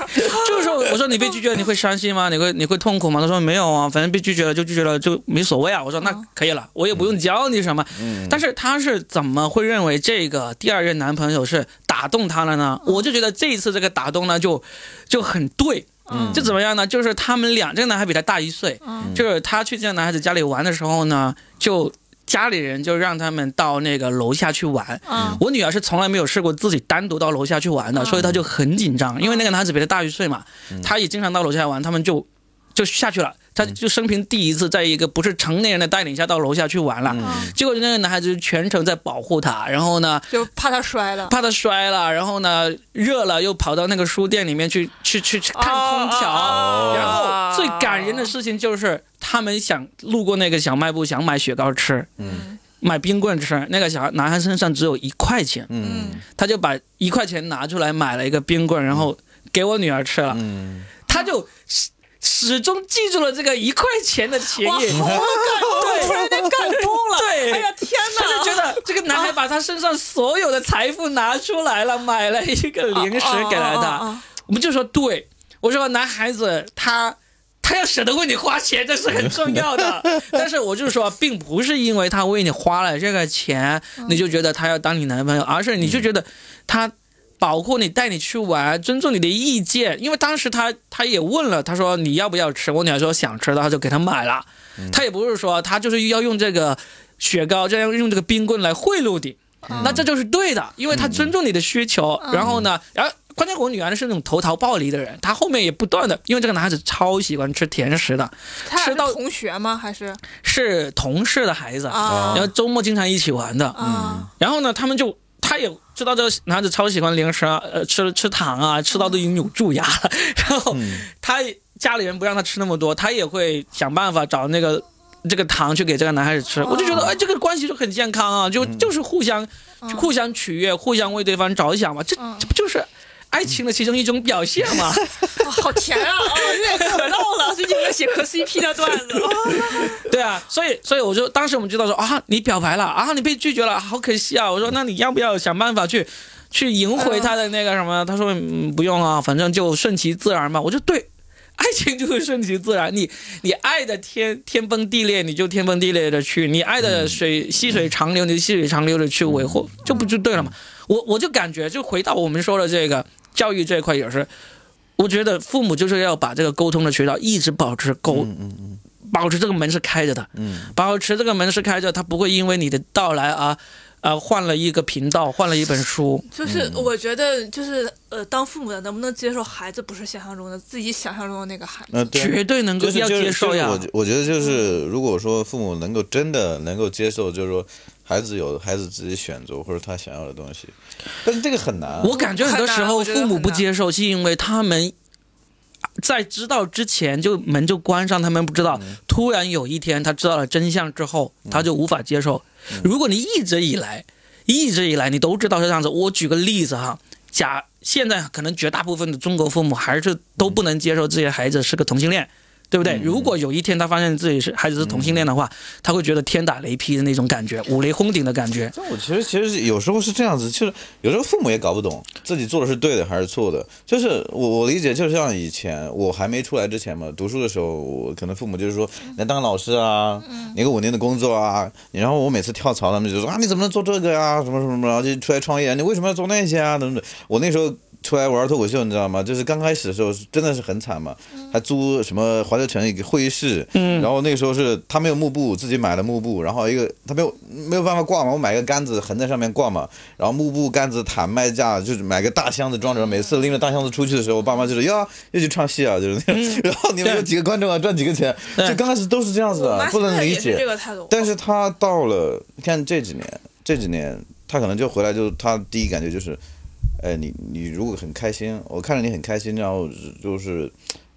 [SPEAKER 1] 就是
[SPEAKER 3] [LAUGHS]
[SPEAKER 1] 说，我说你被拒绝了，你会伤心吗？你会你会痛苦吗？他说没有啊，反正被拒绝了就拒绝了，就没所谓啊。我
[SPEAKER 3] 嗯
[SPEAKER 1] 说那可以了，我也不用教你什么。
[SPEAKER 2] 嗯
[SPEAKER 1] 但是他是怎么会认为这个第二任男朋友是打动他了呢？我就觉得这一次这个打动呢，就就很对。
[SPEAKER 3] 嗯
[SPEAKER 1] 就怎么样呢？就是他们俩，这个男孩比他大一岁，
[SPEAKER 3] 嗯
[SPEAKER 1] 就是他去这个男孩子家里玩的时候呢，就家里人就让他们到那个楼下去玩。
[SPEAKER 3] 嗯
[SPEAKER 1] 我女儿是从来没有试过自己单独到楼下去玩的，所以她就很紧张，因为那个男孩子比她大一岁嘛，她也经常到楼下玩，他们就就下去了。她就生平第一次在一个不是成年人的带领下到楼下去玩
[SPEAKER 2] 嗯
[SPEAKER 1] 了，结果那个男孩子就全程在保护她，然后呢，
[SPEAKER 3] 就怕他摔了。
[SPEAKER 1] 怕她摔了，然后呢热了又跑到那个书店里面去去去去看空调，
[SPEAKER 3] 哦
[SPEAKER 1] 然后最感人的事情就是，他们想路过那个小卖部，想买雪糕吃，
[SPEAKER 2] 嗯
[SPEAKER 1] 买冰棍吃。那个小孩男孩身上只有一块钱，
[SPEAKER 2] 嗯
[SPEAKER 1] 他就把一块钱拿出来买了一个冰棍，然后给我女儿吃了。
[SPEAKER 2] 嗯，
[SPEAKER 1] 他就始始终记住了这个一块钱的情谊，
[SPEAKER 3] 哇，好感动，突然间感动了。
[SPEAKER 1] 对
[SPEAKER 2] 嗯
[SPEAKER 3] 哎呀天哪！
[SPEAKER 1] 他就觉得这个男孩把他身上所有的财富拿出来了，买了一个零食给了
[SPEAKER 3] 啊啊啊
[SPEAKER 1] 他。
[SPEAKER 3] 啊
[SPEAKER 1] 我们就说对，我说男孩子他他要舍得为你花钱，这是很重要的。但是我就说，并不是因为他为你花了这个钱，你就觉得他要当你男朋友，而是你就觉得他。保护你，带你去玩，尊重你的意见。因为当时他他也问了，他说你要不要吃？我女儿说想吃的，他就给他买了。他也不是说他就是要用这个雪糕，这样用这个冰棍来贿赂你。那这就是对的，因为他尊重你的需求。然后呢，然后关键我女儿是那种投桃报李的人，她后面也不断的，因为这个男孩子超喜欢吃甜食的，
[SPEAKER 3] 他俩
[SPEAKER 1] 吃
[SPEAKER 3] 是
[SPEAKER 1] 到
[SPEAKER 3] 同学吗？还是
[SPEAKER 1] 是同事的孩子，
[SPEAKER 3] 啊
[SPEAKER 2] 哦
[SPEAKER 1] 然后周末经常一起玩的。
[SPEAKER 3] 啊？
[SPEAKER 2] 嗯
[SPEAKER 1] 然后呢，他们就他也知道这个男孩子超喜欢零食啊，呃，吃吃糖啊，吃到都已经有蛀牙了。 [LAUGHS] 然后他家里人不让他吃那么多，他也会想办法找那个这个糖去给这个男孩子吃。我就觉得，哎，这个关系就很健康啊，就就是互相互相取悦，互相为对方着想嘛，这这不就是爱情的其中一种表现嘛？
[SPEAKER 3] 哇好甜啊！哦，有点咳到了，最近在写磕 CP 的
[SPEAKER 1] [LAUGHS]
[SPEAKER 3] 段子。哦
[SPEAKER 1] 对啊，所以所以我就当时我们知道说啊，你表白了啊，你被拒绝了，好可惜啊。我说那你要不要想办法去去赢回他的那个什么？他说、嗯、不用啊，反正就顺其自然嘛。我说对，爱情就是顺其自然，你你爱的天天崩地裂，你就天崩地裂的去；你爱的水细水长流，你就细水长流的去维护，这不就对了嘛？我我就感觉，就回到我们说的这个教育这一块也是，我觉得父母就是要把这个沟通的渠道一直保持沟
[SPEAKER 2] 嗯嗯嗯
[SPEAKER 1] 保持这个门是开着的，
[SPEAKER 2] 嗯，
[SPEAKER 1] 保持这个门是开着，它不会因为你的到来啊，啊、换了一个频道，换了一本书，
[SPEAKER 3] 就是
[SPEAKER 2] 嗯
[SPEAKER 3] 我觉得，就是呃，当父母的能不能接受孩子不是想象中的自己想象中的那个孩子？
[SPEAKER 2] 那对啊
[SPEAKER 1] 绝对能够
[SPEAKER 2] 就是
[SPEAKER 1] 要
[SPEAKER 2] 就是
[SPEAKER 1] 接受呀。
[SPEAKER 2] 就是我觉我觉得就是，如果说父母能够真的能够接受，就是说孩子有孩子自己选择或者他想要的东西，但是这个很难啊。
[SPEAKER 1] 我感觉很多时候
[SPEAKER 3] 很难我觉得
[SPEAKER 1] 父
[SPEAKER 3] 很
[SPEAKER 1] 母不
[SPEAKER 3] 难
[SPEAKER 1] 接受，是因为他们在知道之前就门就关上，他们不知道。
[SPEAKER 3] 嗯
[SPEAKER 1] 突然有一天他知道了真相之后，他就无法接受。
[SPEAKER 3] 嗯
[SPEAKER 1] 如果你一直以来，一直以来你都知道是这样子，我举个例子哈，假现在可能绝大部分的中国父母还是都不能接受自己的孩子是个同性
[SPEAKER 3] 嗯
[SPEAKER 1] 恋。对不对？如果有一天他发现自己是孩子是同性恋的话，他会觉得天打雷劈的那种感觉，五雷轰顶的感觉。
[SPEAKER 2] 但我其实其实有时候是这样子，就是有时候父母也搞不懂自己做的是对的还是错的。就是我我理解，就像以前我还没出来之前嘛，读书的时候，我可能父母就是说，你要当老师啊，你有个稳定的工作啊。然后我每次跳槽，他们就说啊，你怎么能做这个呀、什么什么什么，然后就出来创业，你为什么要做那些啊？等等。我那时候出来玩脱口秀，你知道吗？就是刚开始的时候是真的是很惨嘛，
[SPEAKER 3] 嗯
[SPEAKER 2] 还租什么华侨城一个会议室，然后那个时候是他没有幕布，自己买了幕布，然后一个他没有没有办法挂嘛，我买个杆子横在上面挂嘛，然后幕布杆子毯卖架，就是买个大箱子装着，每次拎着大箱子出去的时候，我爸妈就是呀又去唱戏啊，就是那种， [LAUGHS] 然后你们有几个观众啊，赚几个钱，
[SPEAKER 1] 对
[SPEAKER 2] 就刚开始都是这样子
[SPEAKER 3] 我
[SPEAKER 2] 的
[SPEAKER 3] 妈，
[SPEAKER 2] 不
[SPEAKER 3] 现
[SPEAKER 2] 能
[SPEAKER 3] 在
[SPEAKER 2] 理
[SPEAKER 3] 也是
[SPEAKER 2] 解
[SPEAKER 3] 这。个态度。
[SPEAKER 2] 但是他到了，你看这几年，这几年他可能就回来就，他第一感觉就是，哎，你你如果很开心，我看着你很开心，然后就是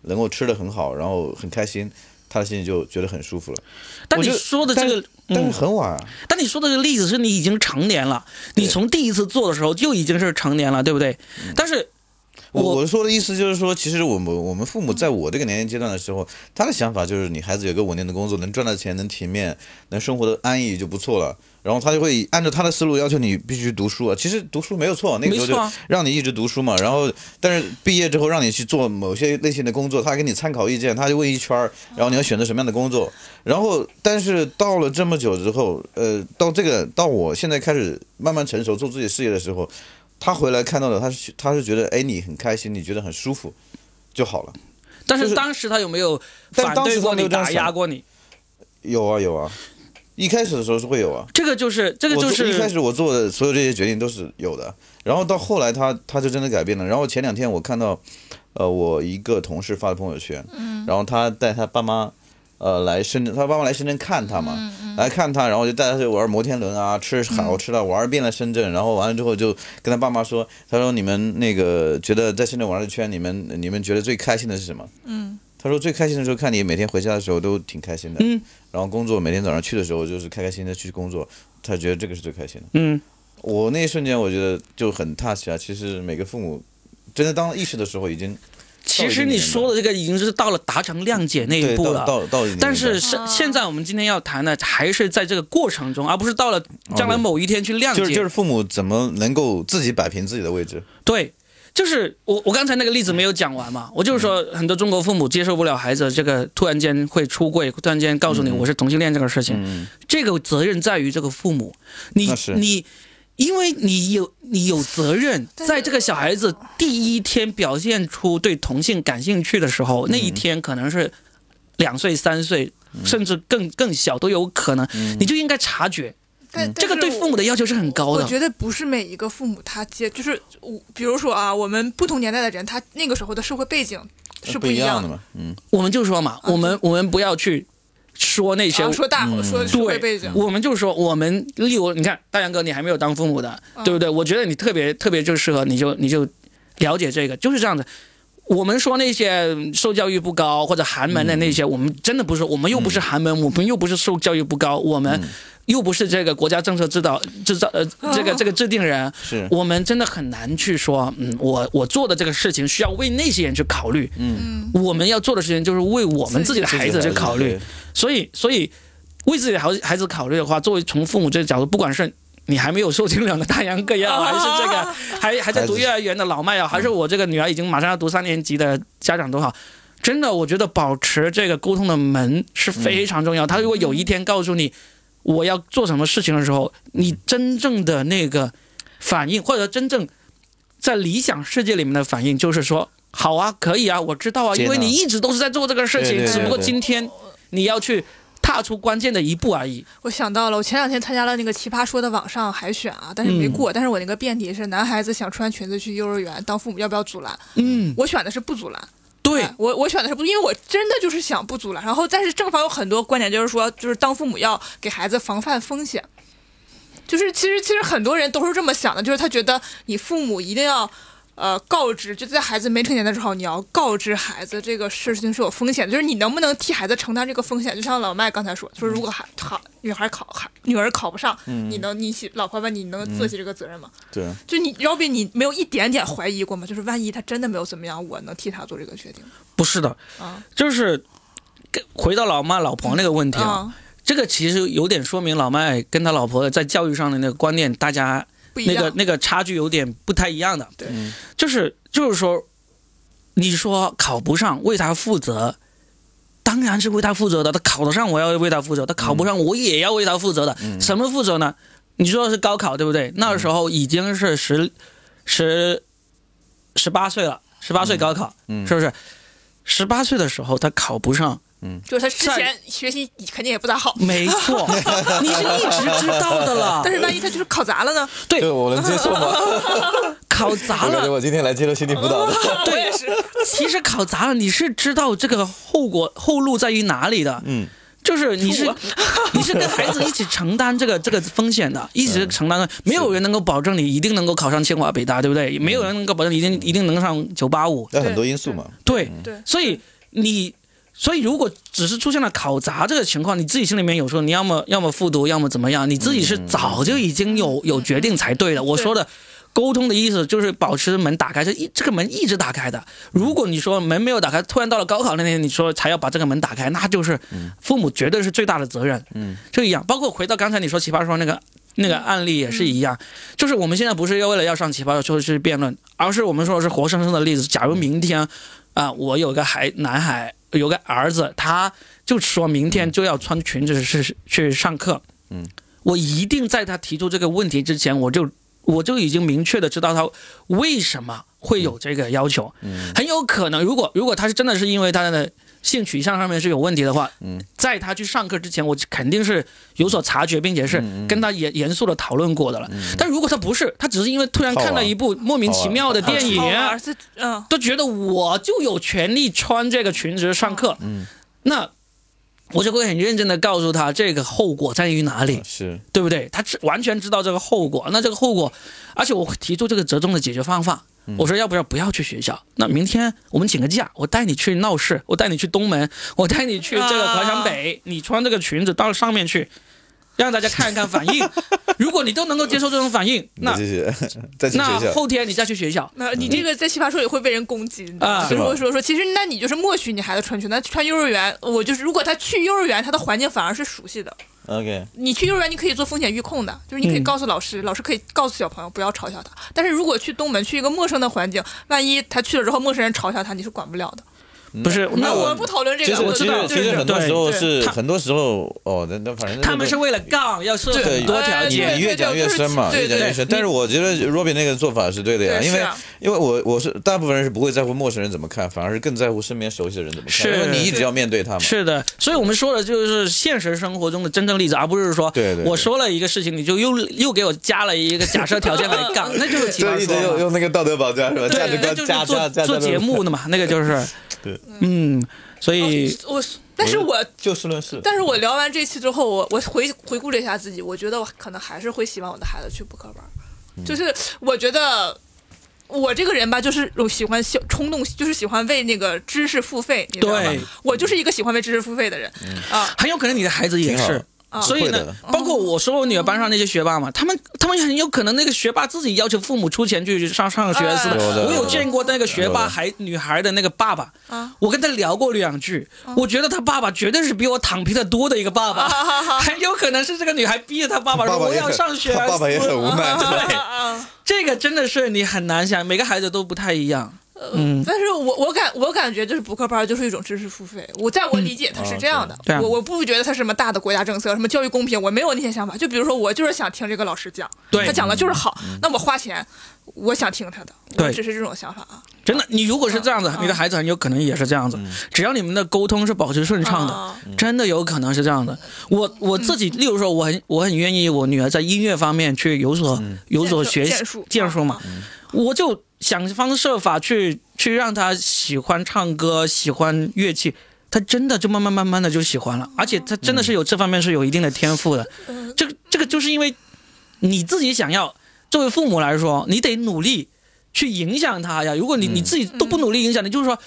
[SPEAKER 2] 能够吃的很好，然后很开心，他的心里就觉得很舒服了。
[SPEAKER 1] 但
[SPEAKER 2] 我
[SPEAKER 1] 你
[SPEAKER 2] 就
[SPEAKER 1] 说的这
[SPEAKER 2] 但
[SPEAKER 1] 个嗯
[SPEAKER 2] 是，但是很晚啊，
[SPEAKER 1] 但你说的这个例子是你已经成年了，你从第一次做的时候就已经是成年了，对不对？但是
[SPEAKER 2] 嗯我
[SPEAKER 1] 我
[SPEAKER 2] 我说的意思就是说，其实我们我们父母在我这个年龄阶段的时候，他的想法就是你孩子有个稳定的工作，能赚到钱，能体面，能生活的安逸就不错了。然后他就会按照他的思路要求你必须读书啊。其实读书没有错，那个时候
[SPEAKER 1] 没错
[SPEAKER 2] 就
[SPEAKER 1] 啊
[SPEAKER 2] 让你一直读书嘛。然后，但是毕业之后让你去做某些类型的工作，他给你参考意见，他就问一圈儿，然后你要选择什么样的工作。然后，但是到了这么久之后，呃，到这个到我现在开始慢慢成熟做自己事业的时候，他回来看到的，他是他是觉得，哎，你很开心，你觉得很舒服就好了。
[SPEAKER 1] 但
[SPEAKER 2] 就是是
[SPEAKER 1] 当时他有没有
[SPEAKER 2] 但
[SPEAKER 1] 反
[SPEAKER 2] 当
[SPEAKER 1] 对
[SPEAKER 2] 时
[SPEAKER 1] 过
[SPEAKER 2] 他
[SPEAKER 1] 你、
[SPEAKER 2] 没有这样
[SPEAKER 1] 打压
[SPEAKER 2] 想
[SPEAKER 1] 过你？
[SPEAKER 2] 有啊有啊，一开始的时候是会有啊。
[SPEAKER 1] 这个就是这个
[SPEAKER 2] 我
[SPEAKER 1] 就
[SPEAKER 2] 做一开
[SPEAKER 1] 是
[SPEAKER 2] 始我做的所有这些决定都是有的，然后到后来他他就真的改变了。然后前两天我看到，呃，我一个同事发的朋友圈，
[SPEAKER 1] 嗯
[SPEAKER 2] 然后他带他爸妈，呃，来深圳，他爸妈来深圳看他嘛，
[SPEAKER 1] 嗯
[SPEAKER 2] 来看他，然后就带他去玩摩天轮啊，吃好吃的，玩遍了深圳。然后完了之后就跟他爸妈说，他说你们那个觉得在深圳玩了一圈，你们你们觉得最开心的是什么？他说最开心的时候看你每天回家的时候都挺开心的，
[SPEAKER 1] 嗯
[SPEAKER 2] 然后工作每天早上去的时候就是开开心心的去工作，他觉得这个是最开心的。
[SPEAKER 1] 嗯，
[SPEAKER 2] 我那一瞬间我觉得就很踏实啊。其实每个父母真的当意识的时候，已经
[SPEAKER 1] 其实你说的这个已经是到了达成谅解那一
[SPEAKER 2] 对
[SPEAKER 1] 步
[SPEAKER 2] 到
[SPEAKER 1] 了。
[SPEAKER 2] 到到一定的
[SPEAKER 1] 但是
[SPEAKER 2] 地
[SPEAKER 1] 是现在我们今天要谈的还是在这个过程中，而不是到了将来
[SPEAKER 2] 哦对
[SPEAKER 1] 某一天去谅
[SPEAKER 2] 方就是
[SPEAKER 1] 解
[SPEAKER 2] 就是。父母怎么能够自己摆平自己的位置？
[SPEAKER 1] 对，就是我我刚才那个例子没有讲完嘛，我就是说
[SPEAKER 2] 嗯
[SPEAKER 1] 很多中国父母接受不了孩子这个突然间会出柜，突然间告诉你我是同性恋这个事情，这个责任在于这个父母，你
[SPEAKER 2] 嗯那是
[SPEAKER 1] 你。因为你有你有责任，
[SPEAKER 3] 但是
[SPEAKER 1] 在这个小孩子第一天表现出对同性感兴趣的时
[SPEAKER 2] 嗯
[SPEAKER 1] 候，那一天可能是两岁、三岁，甚至更更小都有可能，
[SPEAKER 2] 嗯
[SPEAKER 1] 你就应该察觉，
[SPEAKER 3] 但
[SPEAKER 1] 这个对父母的要求是很高
[SPEAKER 3] 我
[SPEAKER 1] 的。
[SPEAKER 3] 觉得不是每一个父母他接，就是我，比如说啊，我们不同年代的人，他那个时候的社会背景是
[SPEAKER 2] 不
[SPEAKER 3] 一
[SPEAKER 2] 样
[SPEAKER 3] 的。
[SPEAKER 2] 嘛，嗯，
[SPEAKER 1] 我们就说嘛，
[SPEAKER 3] 啊
[SPEAKER 1] 我们我们不要去说那些
[SPEAKER 3] 啊，说
[SPEAKER 2] 嗯
[SPEAKER 3] 大伙说社会背景，
[SPEAKER 1] 我们就说我们，例如你看大杨哥，你还没有当父母的，
[SPEAKER 3] 啊
[SPEAKER 1] 对不对？我觉得你特别特别就适合，你就你就了解这个，就是这样子。我们说那些受教育不高或者寒门的那些，我们真的不是，我们又不是寒门，我们又不是受教育不高，我们又不是这个国家政策制导制造呃
[SPEAKER 3] 啊
[SPEAKER 1] 这个这个制定人，
[SPEAKER 2] 是
[SPEAKER 1] 我们真的很难去说，嗯，我我做的这个事情需要为那些人去考虑，嗯，我们要做的事情就是为我们自己的孩子去考虑，，所以，所以为自己的孩子孩子考虑的话，作为从父母这个角度，不管是你还没有受精卵的大杨哥也好，哎还是这
[SPEAKER 3] [LAUGHS]
[SPEAKER 1] 个还还在读幼儿园的老麦也啊好，还是我这个女儿已经马上要读三年级的家长都好，真的，我觉得保持这个沟通的门是非常重要。他如果有一天告诉你我要做什么事情的时候，你真正的那个反应，或者真正在理想世界里面的反应，就是说。好啊，可以啊，我知道啊，
[SPEAKER 2] 接纳
[SPEAKER 1] 因为你一直都是在做这个事情，
[SPEAKER 2] 对对对
[SPEAKER 1] 只不过
[SPEAKER 2] 对
[SPEAKER 1] 今天你要去踏出关键的一步而已。
[SPEAKER 3] 我想到了，我前两天参加了那个《奇葩说》的网上海选啊，但是没过。但是我那个辩题是男孩子想穿裙子去幼儿园，当父母要不要阻拦？
[SPEAKER 1] 嗯，
[SPEAKER 3] 我选的是不阻拦。
[SPEAKER 1] 对
[SPEAKER 3] 哎，我我选的是不，因为我真的就是想不阻拦。然后，但是正方有很多观点，就是说，就是当父母要给孩子防范风险。就是其实其实很多人都是这么想的，就是他觉得你父母一定要。呃，告知就在孩子没成年的时候，你要告知孩子这个事情是有风险的，就是你能不能替孩子承担这个风险？就像老麦刚才说，就是如果孩考女孩考孩女儿考不上，你能你起老婆问你能做起这个责任吗？
[SPEAKER 2] 对，啊
[SPEAKER 3] 就你要比你没有一点点怀疑过吗？就是万一他真的没有怎么样，我能替他做这个决定吗
[SPEAKER 1] 不是的，
[SPEAKER 3] 啊？
[SPEAKER 1] 就是跟回到老妈老婆那个问题啊，
[SPEAKER 3] 啊，
[SPEAKER 1] 这个其实有点说明老麦跟他老婆在教育上的那个观念，大家
[SPEAKER 3] 不一
[SPEAKER 1] 那
[SPEAKER 3] 样。
[SPEAKER 1] 个那个差距有点不太一样的。
[SPEAKER 3] 对
[SPEAKER 2] 嗯
[SPEAKER 1] 就是就是说，你说考不上为他负责。当然是为他负责的，他考得上我要为他负责，他考不上我也要为他负责的。
[SPEAKER 3] 嗯
[SPEAKER 1] 什么负责呢？你说的是高考对不对？那时候已经是十十十八岁了，十八岁高考、
[SPEAKER 2] 嗯
[SPEAKER 1] 是不是？十八岁的时候他考不上，
[SPEAKER 3] 就是他之前学习肯定也不咋好，
[SPEAKER 1] 没
[SPEAKER 2] [LAUGHS]
[SPEAKER 1] 错，你是一直知道的了
[SPEAKER 3] 但。是万一他就是考砸了呢？
[SPEAKER 2] 对，我能接
[SPEAKER 1] [LAUGHS]
[SPEAKER 2] 受吗？
[SPEAKER 1] 考砸
[SPEAKER 2] 我感觉
[SPEAKER 1] 了，
[SPEAKER 2] 我今天来接受心理辅导的，
[SPEAKER 3] 我也是，
[SPEAKER 1] 其实考砸了，你是知道这个后果后路在于哪里的。
[SPEAKER 2] 嗯，
[SPEAKER 1] 就是你是
[SPEAKER 3] 我
[SPEAKER 1] [LAUGHS] 你是跟孩子一起承担这个这个风险的，一直承担的。没有人能够保证你一定能够考上清华北大，对不对？也没有人能够保证你一定一定能上九八五。
[SPEAKER 2] 那很多因素嘛，
[SPEAKER 1] 对，
[SPEAKER 3] 对
[SPEAKER 1] 所以你。所以，如果只是出现了考砸这个情况，你自己心里面有时候你要么要么复读，要么怎么样，你自己是早就已经有有决定才对的。我说的沟通的意思就是保持门打开，这一这个门一直打开的。如果你说门没有打开，突然到了高考那天，你说才要把这个门打开，那就是父母绝对是最大的责任。
[SPEAKER 2] 嗯，
[SPEAKER 1] 这一样，包括回到刚才你说奇葩说那个那个案例也是一样，就是我们现在不是要为了要上奇葩说去辩论，而是我们说的是活生生的例子。假如明天啊、我有个孩男孩，有个儿子，他就说明天就要穿裙子去去上课。
[SPEAKER 2] 嗯，
[SPEAKER 1] 我一定在他提出这个问题之前，我就我就已经明确的知道他为什么会有这个要求。
[SPEAKER 2] 嗯，
[SPEAKER 1] 很有可能，如果如果他是真的是因为他的性取向上面是有问题的话，
[SPEAKER 2] 嗯，
[SPEAKER 1] 在他去上课之前，我肯定是有所察觉，并且是
[SPEAKER 2] 嗯
[SPEAKER 1] 跟他严严肃的讨论过的了。但如果他不是，他只是因为突然看
[SPEAKER 2] 好
[SPEAKER 1] 了
[SPEAKER 2] 玩
[SPEAKER 1] 一部莫名其妙的电影
[SPEAKER 3] 好，玩是嗯，
[SPEAKER 1] 都觉得我就有权利穿这个裙子上课，
[SPEAKER 2] 嗯，
[SPEAKER 1] 那我就会很认真的告诉他这个后果在于哪里，
[SPEAKER 2] 是，
[SPEAKER 1] 对不对？他知完全知道这个后果，那这个后果，而且我会提出这个折中的解决方法。
[SPEAKER 2] 嗯
[SPEAKER 1] 我说要不要不要去学校？那明天我们请个假，我带你去闹市，我带你去东门，我带你去这个华强北，
[SPEAKER 2] 啊
[SPEAKER 1] 你穿这个裙子到上面去，让大家看一看反
[SPEAKER 2] [LAUGHS]
[SPEAKER 1] 应。如果你都能够接受这种反应，
[SPEAKER 2] 那
[SPEAKER 1] 那
[SPEAKER 2] 继续， [LAUGHS] 再去学
[SPEAKER 1] 那
[SPEAKER 2] 校，
[SPEAKER 1] 后天你再去学校，
[SPEAKER 3] 那你这个在奇葩说也会被人攻击
[SPEAKER 1] 啊
[SPEAKER 3] 所以
[SPEAKER 2] 是吧
[SPEAKER 3] 我说说，其实那你就是默许你孩子穿裙，那穿幼儿园，我就是如果他去幼儿园，他的环境反而是熟悉的。
[SPEAKER 2] ，OK，
[SPEAKER 3] 你去幼儿园，你可以做风险预控的，就是你可以
[SPEAKER 1] 嗯
[SPEAKER 3] 告诉老师，老师可以告诉小朋友不要嘲笑他。但是如果去东门，去一个陌生的环境，万一他去了之后，陌生人嘲笑他，你是管不了的。
[SPEAKER 1] 不是？那
[SPEAKER 2] 嗯我
[SPEAKER 1] 我
[SPEAKER 3] 们不讨论这
[SPEAKER 2] 其
[SPEAKER 3] 个，
[SPEAKER 2] 实
[SPEAKER 3] 我
[SPEAKER 2] 其
[SPEAKER 3] 知
[SPEAKER 2] 实
[SPEAKER 3] 道，
[SPEAKER 2] 其
[SPEAKER 3] 对
[SPEAKER 2] 实
[SPEAKER 3] 对
[SPEAKER 2] 很多时候
[SPEAKER 3] 对
[SPEAKER 2] 是
[SPEAKER 1] 他
[SPEAKER 2] 很多时候哦，那那反正
[SPEAKER 1] 他们是为了杠，要设
[SPEAKER 2] 对
[SPEAKER 1] 很多条
[SPEAKER 3] 对
[SPEAKER 2] 你
[SPEAKER 1] 件。
[SPEAKER 2] 越讲越深嘛，
[SPEAKER 3] 对
[SPEAKER 2] 越
[SPEAKER 3] 对
[SPEAKER 2] 讲越
[SPEAKER 1] 对
[SPEAKER 2] 深。但是我觉得 Robin 那个做法是对的呀，
[SPEAKER 3] 对
[SPEAKER 2] 因为
[SPEAKER 3] 是啊
[SPEAKER 2] 因为我我是大部分人是不会在乎陌生人怎么看，反而是更在乎身边熟悉的人怎么看，
[SPEAKER 1] 是
[SPEAKER 2] 因为你一直要面对他嘛。
[SPEAKER 1] 是的，所以我们说的就是现实生活中的真正例子，而不是说
[SPEAKER 2] 对对对
[SPEAKER 1] 我说了一个事情，你就又又给我加了一个假设条件来 [LAUGHS] 杠，那就是奇
[SPEAKER 2] 就
[SPEAKER 1] 葩
[SPEAKER 2] 一直
[SPEAKER 1] 说
[SPEAKER 2] 用
[SPEAKER 1] 嘛。
[SPEAKER 2] 用那个道德绑架是吧？价
[SPEAKER 1] 对，
[SPEAKER 2] 值
[SPEAKER 1] 那
[SPEAKER 2] 观
[SPEAKER 1] 就是
[SPEAKER 2] 加加
[SPEAKER 1] 做
[SPEAKER 2] 加
[SPEAKER 1] 做节目的嘛，那个就是
[SPEAKER 2] 对，
[SPEAKER 1] 嗯，所以
[SPEAKER 3] 我但是我
[SPEAKER 2] 就事论事。
[SPEAKER 3] 但是我聊完这期之后，我我回回顾了一下自己，我觉得我可能还是会希望我的孩子去补课班儿，就是我觉得。我这个人吧，就是有喜欢消冲动，就是喜欢为那个知识付费，你知道吗
[SPEAKER 1] 对？
[SPEAKER 3] 我就是一个喜欢为知识付费的人、啊。
[SPEAKER 1] 很有可能你的孩子也
[SPEAKER 2] 挺好
[SPEAKER 1] 是。所以
[SPEAKER 2] 会
[SPEAKER 1] 呢
[SPEAKER 2] 的，
[SPEAKER 1] 包括我说我女儿班上那些学霸嘛，他们他们很有可能那个学霸自己要求父母出钱去上上学
[SPEAKER 3] 哎
[SPEAKER 1] 似的
[SPEAKER 2] 有的。
[SPEAKER 1] 我
[SPEAKER 2] 有
[SPEAKER 1] 有
[SPEAKER 2] 的
[SPEAKER 1] 见过那个学
[SPEAKER 2] 有
[SPEAKER 1] 霸
[SPEAKER 2] 的
[SPEAKER 1] 孩女孩的那个爸爸
[SPEAKER 3] 啊，
[SPEAKER 1] 我跟他聊过两句，我觉得他爸爸绝对是比我躺平的多的一个爸
[SPEAKER 3] 啊
[SPEAKER 1] 爸，很有可能是这个女孩逼着他爸爸
[SPEAKER 2] 爸
[SPEAKER 1] 说
[SPEAKER 2] 爸
[SPEAKER 1] 我
[SPEAKER 2] 也
[SPEAKER 1] 要
[SPEAKER 2] 很
[SPEAKER 1] 上学，
[SPEAKER 2] [LAUGHS] 爸爸也很无奈，对。
[SPEAKER 3] 啊，
[SPEAKER 1] 这个真的是你很难想，每个孩子都不太一样。
[SPEAKER 3] 嗯，但是我我感我感觉就是补课班就是一种知识付费，我在我理解它是这样的，
[SPEAKER 1] 对啊
[SPEAKER 3] 我我不觉得它是什么大的国家政策，什么教育公平，我没有那些想法。就比如说我就是想听这个老师讲，
[SPEAKER 1] 对嗯
[SPEAKER 3] 他讲的就是好，那我花钱，我想听他的，
[SPEAKER 1] 对
[SPEAKER 3] 我只是这种想法啊。
[SPEAKER 1] 真的，你如果是这样子，
[SPEAKER 3] 嗯
[SPEAKER 1] 你的孩子很有可能也是这样子。
[SPEAKER 2] 嗯
[SPEAKER 1] 只要你们的沟通是保持顺畅的
[SPEAKER 3] 啊，
[SPEAKER 1] 真的有可能是这样的。我我自
[SPEAKER 3] 嗯
[SPEAKER 1] 己，例如说，我很我很愿意我女儿在音乐方面去有所有所学
[SPEAKER 3] 建
[SPEAKER 1] 习
[SPEAKER 3] 树啊
[SPEAKER 1] 建树嘛，我就想方设法去去让她喜欢唱歌，喜欢乐器。她真的就慢慢慢慢的就喜欢了，而且她真的是有这方面是有一定的天赋的。
[SPEAKER 3] 呃
[SPEAKER 1] 这个这个就是因为你自己想要，作为父母来说，你得努力去影响他呀。如果你你自己都不努力影响，你就是说，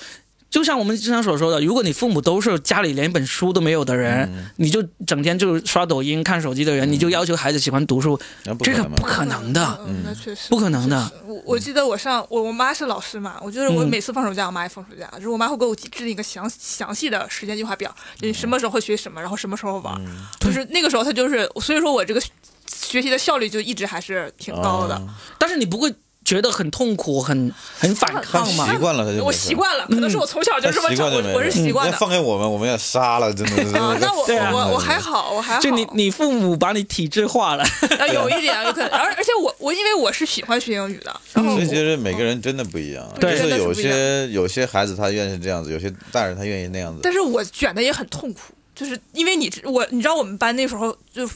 [SPEAKER 1] 就像我们经常所说的，如果你父母都是家里连本书都没有的人，你就整天就刷抖音、看手机的人，你就要求孩子喜欢读书，
[SPEAKER 2] 那不
[SPEAKER 1] 这
[SPEAKER 2] 可
[SPEAKER 1] 个
[SPEAKER 2] 能嘛
[SPEAKER 1] 不可能的，
[SPEAKER 3] 嗯，那确实
[SPEAKER 1] 不可能的。
[SPEAKER 3] 我我记得我上我我妈是老师嘛，我就是我
[SPEAKER 1] 嗯
[SPEAKER 3] 每次放暑假，我妈也放暑假，就是我妈会给我制定一个详详细的时间计划表，
[SPEAKER 1] 嗯
[SPEAKER 3] 你什么时候会学什么，然后什么时候玩，就是那个时候她就是，所以说我这个学学习的效率就一直还是挺高的。
[SPEAKER 2] 啊
[SPEAKER 1] 但是你不会觉得很痛苦、很很反
[SPEAKER 3] 哦
[SPEAKER 1] 抗
[SPEAKER 2] 他
[SPEAKER 1] 吗
[SPEAKER 2] 习？惯了，他就没事
[SPEAKER 3] 我习惯了，可能是
[SPEAKER 1] 嗯
[SPEAKER 3] 我从小就
[SPEAKER 2] 他
[SPEAKER 3] 这么
[SPEAKER 2] 习
[SPEAKER 3] 长，
[SPEAKER 2] 惯就没
[SPEAKER 3] 我我是
[SPEAKER 2] 事
[SPEAKER 3] 习惯
[SPEAKER 2] 那
[SPEAKER 3] 的。
[SPEAKER 2] 放给我们，我们也杀了，真的。真的
[SPEAKER 3] 啊，那我
[SPEAKER 1] 对啊
[SPEAKER 3] 我我还好，我还好，
[SPEAKER 1] 就你你父母把你体制化了，
[SPEAKER 3] 啊有一点有可能，而而且我我因为我是喜欢学英语
[SPEAKER 1] 嗯
[SPEAKER 3] 的，然后
[SPEAKER 2] 所以
[SPEAKER 3] 我
[SPEAKER 2] 其实每个人真的不一样，
[SPEAKER 3] 对
[SPEAKER 2] 就是
[SPEAKER 3] 真的是
[SPEAKER 2] 有
[SPEAKER 3] 不一样
[SPEAKER 2] 些有些孩子他愿意是这样子，有些大人他愿意那样子。
[SPEAKER 3] 但是我卷的也很痛苦，就是因为你知我，你知道我们班那时候就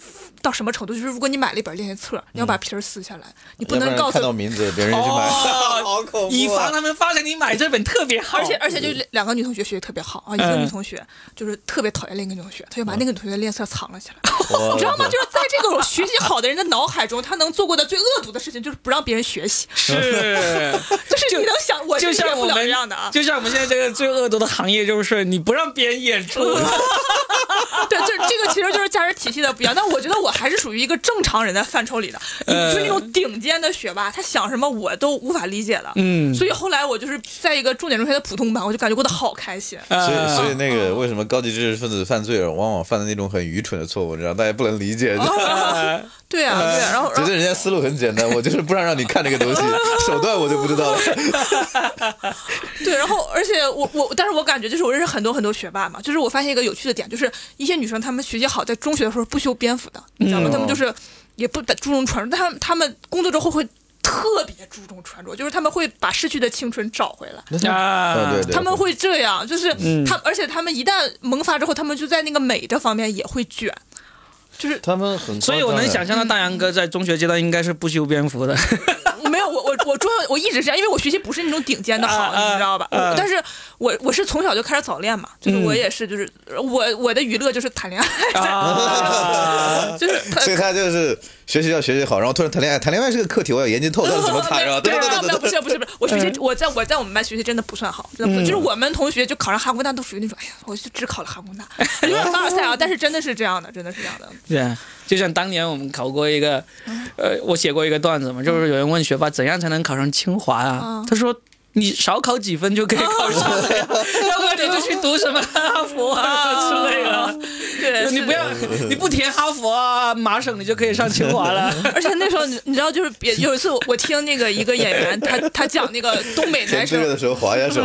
[SPEAKER 3] 到什么程度，就是如果你买了一本练习册，你要把皮儿撕下来，
[SPEAKER 1] 嗯
[SPEAKER 3] 你不
[SPEAKER 2] 要
[SPEAKER 3] 能
[SPEAKER 2] 然
[SPEAKER 3] 告诉
[SPEAKER 2] 看，到名字别人就去买，
[SPEAKER 1] 哦
[SPEAKER 2] 好恐
[SPEAKER 1] 以
[SPEAKER 2] 啊
[SPEAKER 1] 防他们发现你买这本特别好。
[SPEAKER 3] 而 [LAUGHS] 且而且就两个女同学学习特别好啊，一个
[SPEAKER 1] 嗯
[SPEAKER 3] 女同学就是特别讨厌另一个女同学，她就把那个女同学的练习册藏了起来，
[SPEAKER 2] 我
[SPEAKER 1] 哦
[SPEAKER 3] 你知道吗？就是在这种学习好的人的脑海中，他能做过的最恶毒的事情就是不让别人学习，
[SPEAKER 1] [LAUGHS] 是。
[SPEAKER 3] 就是你能
[SPEAKER 1] [LAUGHS]
[SPEAKER 3] 想我
[SPEAKER 1] 就是像
[SPEAKER 3] 不
[SPEAKER 1] 我
[SPEAKER 3] 了
[SPEAKER 1] 们
[SPEAKER 3] 这样的啊，
[SPEAKER 1] 就像我们现在这个最恶毒的行业，就是你不让别人演 [LAUGHS] 出，
[SPEAKER 3] [LAUGHS] 对，就是这个其实就是价值体系的不一样，但我觉得我还是属于一个正常人的范畴里的，
[SPEAKER 1] 呃
[SPEAKER 3] 就是那种顶尖的学霸，他想什么我都无法理解的。
[SPEAKER 1] 嗯
[SPEAKER 3] 所以后来我就是在一个重点中学的普通班，我就感觉过得好开心。
[SPEAKER 2] 所以，
[SPEAKER 1] 呃
[SPEAKER 2] 所以那个为什么高级知识分子犯罪往往犯的那种很愚蠢的错误，你知道，大家不能理解，
[SPEAKER 1] 呃
[SPEAKER 3] 对啊，对啊，然后
[SPEAKER 2] 觉
[SPEAKER 3] 然后
[SPEAKER 2] 得人家思路很简单，我就是不让让你看这个东西，手段我就不知道了。
[SPEAKER 3] 对，然后而且我我，但是我感觉就是我认识很多很多学霸嘛，就是我发现一个有趣的点，就是一些女生她们学习好，在中学的时候不修边幅的，你知道吗？
[SPEAKER 1] 嗯
[SPEAKER 3] 她们就是也不注重穿着，但她们她们工作之后会特别注重穿着，就是她们会把逝去的青春找回来。
[SPEAKER 1] 啊
[SPEAKER 2] 啊，对对，
[SPEAKER 3] 他们会这样，就是
[SPEAKER 2] 嗯
[SPEAKER 3] 他，而且他们一旦萌发之后，他们就在那个美的方面也会卷，就是
[SPEAKER 2] 他们很，
[SPEAKER 1] 所以我能想，象到大杨哥在中学阶段应该是不修边幅的，
[SPEAKER 3] 没有我我我中我一直是这样，因为我学习不是那种顶尖的好，
[SPEAKER 1] 啊啊
[SPEAKER 3] 你知道吧？
[SPEAKER 1] 啊
[SPEAKER 3] 但是我我是从小就开始早恋嘛，就是我也是就是我我的娱乐就是谈恋爱，
[SPEAKER 1] 啊
[SPEAKER 3] 就是
[SPEAKER 2] [LAUGHS] 所以他就是学习要学习好，然后突然谈恋爱，谈恋爱是个课题，我要研究透到底怎么谈，然后
[SPEAKER 3] [LAUGHS] 对
[SPEAKER 2] 对
[SPEAKER 3] 啊
[SPEAKER 2] 对
[SPEAKER 3] 没
[SPEAKER 2] 对嗯对
[SPEAKER 3] 有不是不是不是，我学习我在我在我们班学习真的不算好，真
[SPEAKER 2] 嗯
[SPEAKER 3] 的不就是我们同学就考上哈工大都属于那种，哎呀，我就只考了哈工大， [LAUGHS] 有点凡尔赛啊，但是真的是这样的，真的是这样的，
[SPEAKER 1] [LAUGHS] 对，啊就像当年我们考过一个，呃，我写过一个段子嘛，就是有人问学霸怎样才能考上清华啊，他说。你少考几分就可以考上了呀， [LAUGHS] 要不然你就去读什么哈佛 [LAUGHS] [LAUGHS]
[SPEAKER 3] [LAUGHS]
[SPEAKER 1] 啊之类的。
[SPEAKER 3] 对，
[SPEAKER 1] 你
[SPEAKER 3] 是
[SPEAKER 2] [LAUGHS]
[SPEAKER 1] 不要，你不填哈佛啊、麻省，你就可以上清华了。
[SPEAKER 3] 而且那时候你你知道，就是别有一次我我听那个一个演员，他他讲那个东北
[SPEAKER 2] 填
[SPEAKER 3] 男
[SPEAKER 2] 志愿
[SPEAKER 3] 生，
[SPEAKER 2] 的 [LAUGHS] 时候划一下手，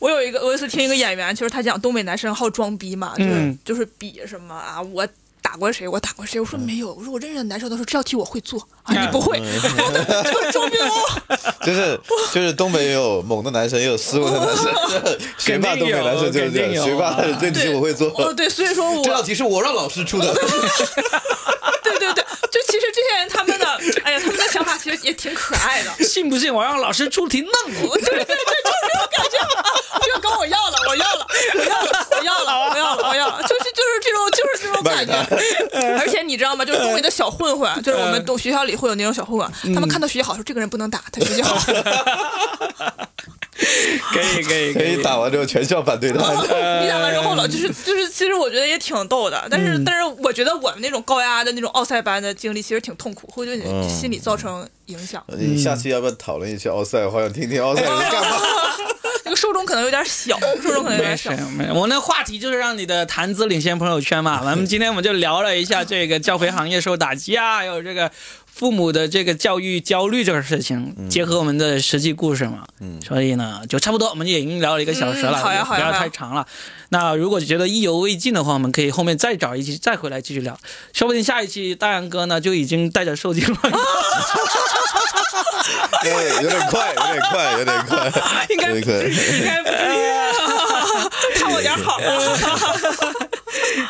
[SPEAKER 3] 我有一个我有一次听一个演员，就是他讲东北男生好装逼嘛，就是、
[SPEAKER 1] 嗯
[SPEAKER 3] 就是比什么啊我。打过谁？我打过谁？我
[SPEAKER 2] 嗯
[SPEAKER 3] 说没有。我说我认识的男生都说这道题我会做啊，你不会，就是装
[SPEAKER 2] [LAUGHS]
[SPEAKER 3] 逼哦。
[SPEAKER 2] 就是就是东北也有猛的男生，也有斯文的男生， [LAUGHS] 学霸东北男生就是这样，学霸这题我会做。
[SPEAKER 3] 哦，对，所以说我
[SPEAKER 2] 这道题是我让老师出的，
[SPEAKER 3] 对对对，就其实这些人他们的，哎呀，他们的想法其实也挺可爱的。 [LAUGHS]
[SPEAKER 1] 信不信我让老师出题弄你？
[SPEAKER 3] 对对对，就是这种感觉。啊这个 [LAUGHS] 跟我要了，我要了，我要了，我要了，我要了，我要了，就是就是这种就是这种感觉。 [LAUGHS] 而且你知道吗？就是周围的小混混，就是我们都学校里会有那种小混混，他们看到学习好说这个人不能打，他学习好。 [LAUGHS]
[SPEAKER 1] 可以可以
[SPEAKER 2] [LAUGHS] 可以打完之后全校反对他。
[SPEAKER 3] 你想完之后了，就是就是，其实我觉得也挺逗的，但是、但是我觉得我们那种高压的那种奥赛班的经历，其实挺痛苦，会对你心理造成影响。
[SPEAKER 2] 你下期要不要讨论一下奥 [LAUGHS] 赛？我好想听听奥赛人干 [LAUGHS] 嘛。
[SPEAKER 3] 这个受众可能有点小，受众可能
[SPEAKER 1] 没
[SPEAKER 3] 有点小
[SPEAKER 1] 事。没事，我那话题就是让你的谈资领先朋友圈嘛。咱们今天我们就聊了一下这个教培行业受打击啊，还有这个父母的这个教育焦虑这个事
[SPEAKER 2] 嗯
[SPEAKER 1] 情，结合我们的实际故事嘛。嗯，所以呢，就差不多，我们也已经聊了一个小时了，
[SPEAKER 3] 嗯好呀好呀
[SPEAKER 1] 不要
[SPEAKER 3] 好呀
[SPEAKER 1] 太长了。那如果觉得意犹未尽的话，我们可以后面再找一期再回来继续聊，说不定下一期大杨哥呢就已经带着受精卵，
[SPEAKER 2] 对，有点快，有点快，有点快，
[SPEAKER 1] 应该
[SPEAKER 2] 有点快。
[SPEAKER 3] [LAUGHS]
[SPEAKER 1] 应该不
[SPEAKER 3] 看我点好啊！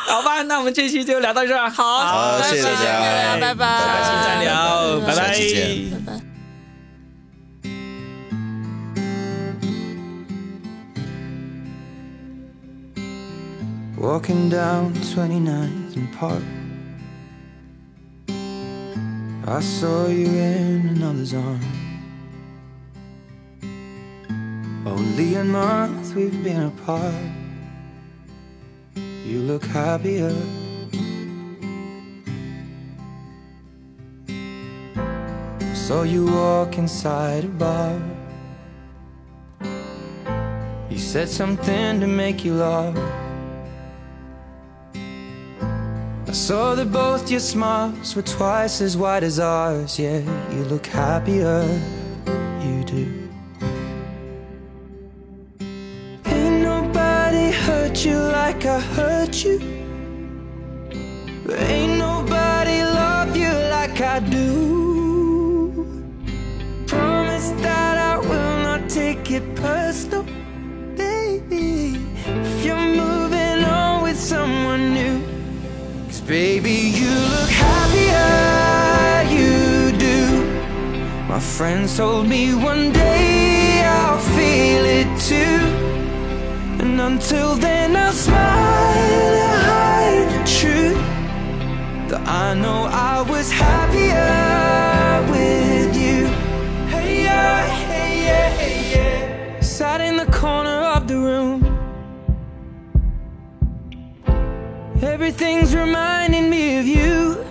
[SPEAKER 1] 好吧？那我们这期就聊到这儿，
[SPEAKER 3] [LAUGHS] 好
[SPEAKER 2] 好，
[SPEAKER 3] 拜
[SPEAKER 2] 谢谢大
[SPEAKER 3] 拜
[SPEAKER 2] 家，
[SPEAKER 3] 拜拜
[SPEAKER 2] 下期
[SPEAKER 1] 再聊，拜
[SPEAKER 2] 下
[SPEAKER 1] 拜。
[SPEAKER 2] 期见。
[SPEAKER 3] 拜拜。
[SPEAKER 4] Walking down 29th and Park. I saw you in another's arm. Only a month we've been apart. You look happier. Saw you walk inside a bar. You said something to make you laugh. I saw that both your smiles were twice as wide as ours. Yeah, you look happier, you do. Ain't nobody hurt you like I hurt you. Ain't nobody love you like I do. Promise that I will not take it personal, baby. If you're moving on with someone new. Cause baby, you look happier, you do. My friends told me one day I'll feel it too. And until then, I'll smile and hide the truth. That I know I was happier with you. Hey, yeah, hey, yeah, hey, yeah. Sat in the corner of the room. Everything's reminding me of you.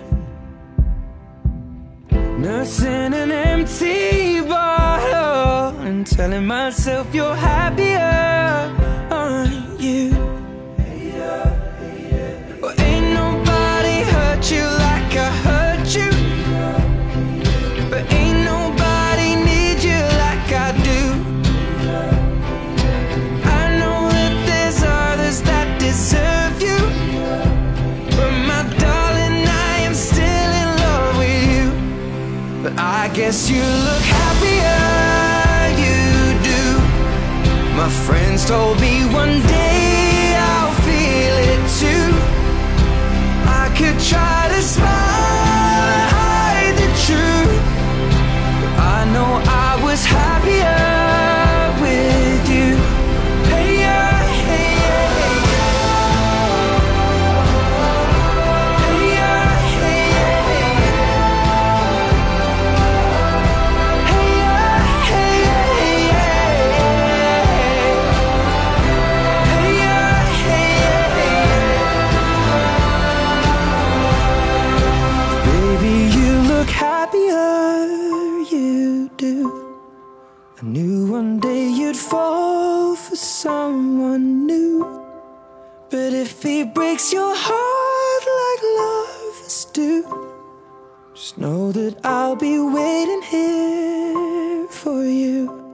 [SPEAKER 4] Nursing an empty bottle and telling myself you're happier, aren't you? Well, ain't nobody hurt you like I hurt you. But ain't nobody need you like I do. I know that there's others that deserve you. But my darling, I am still in love with you. But I guess you look happier, you do. My friends told me one day I'll feel it too. I could try to smile and hide the truth. But I know I was happier with you. Hey, yeah, hey, yeah, hey, yeah. Baby, you look happier, you do. I knew one day you'd fall for someone new. But if he breaks your heart like lovers do, just know that I'll be waiting here for you.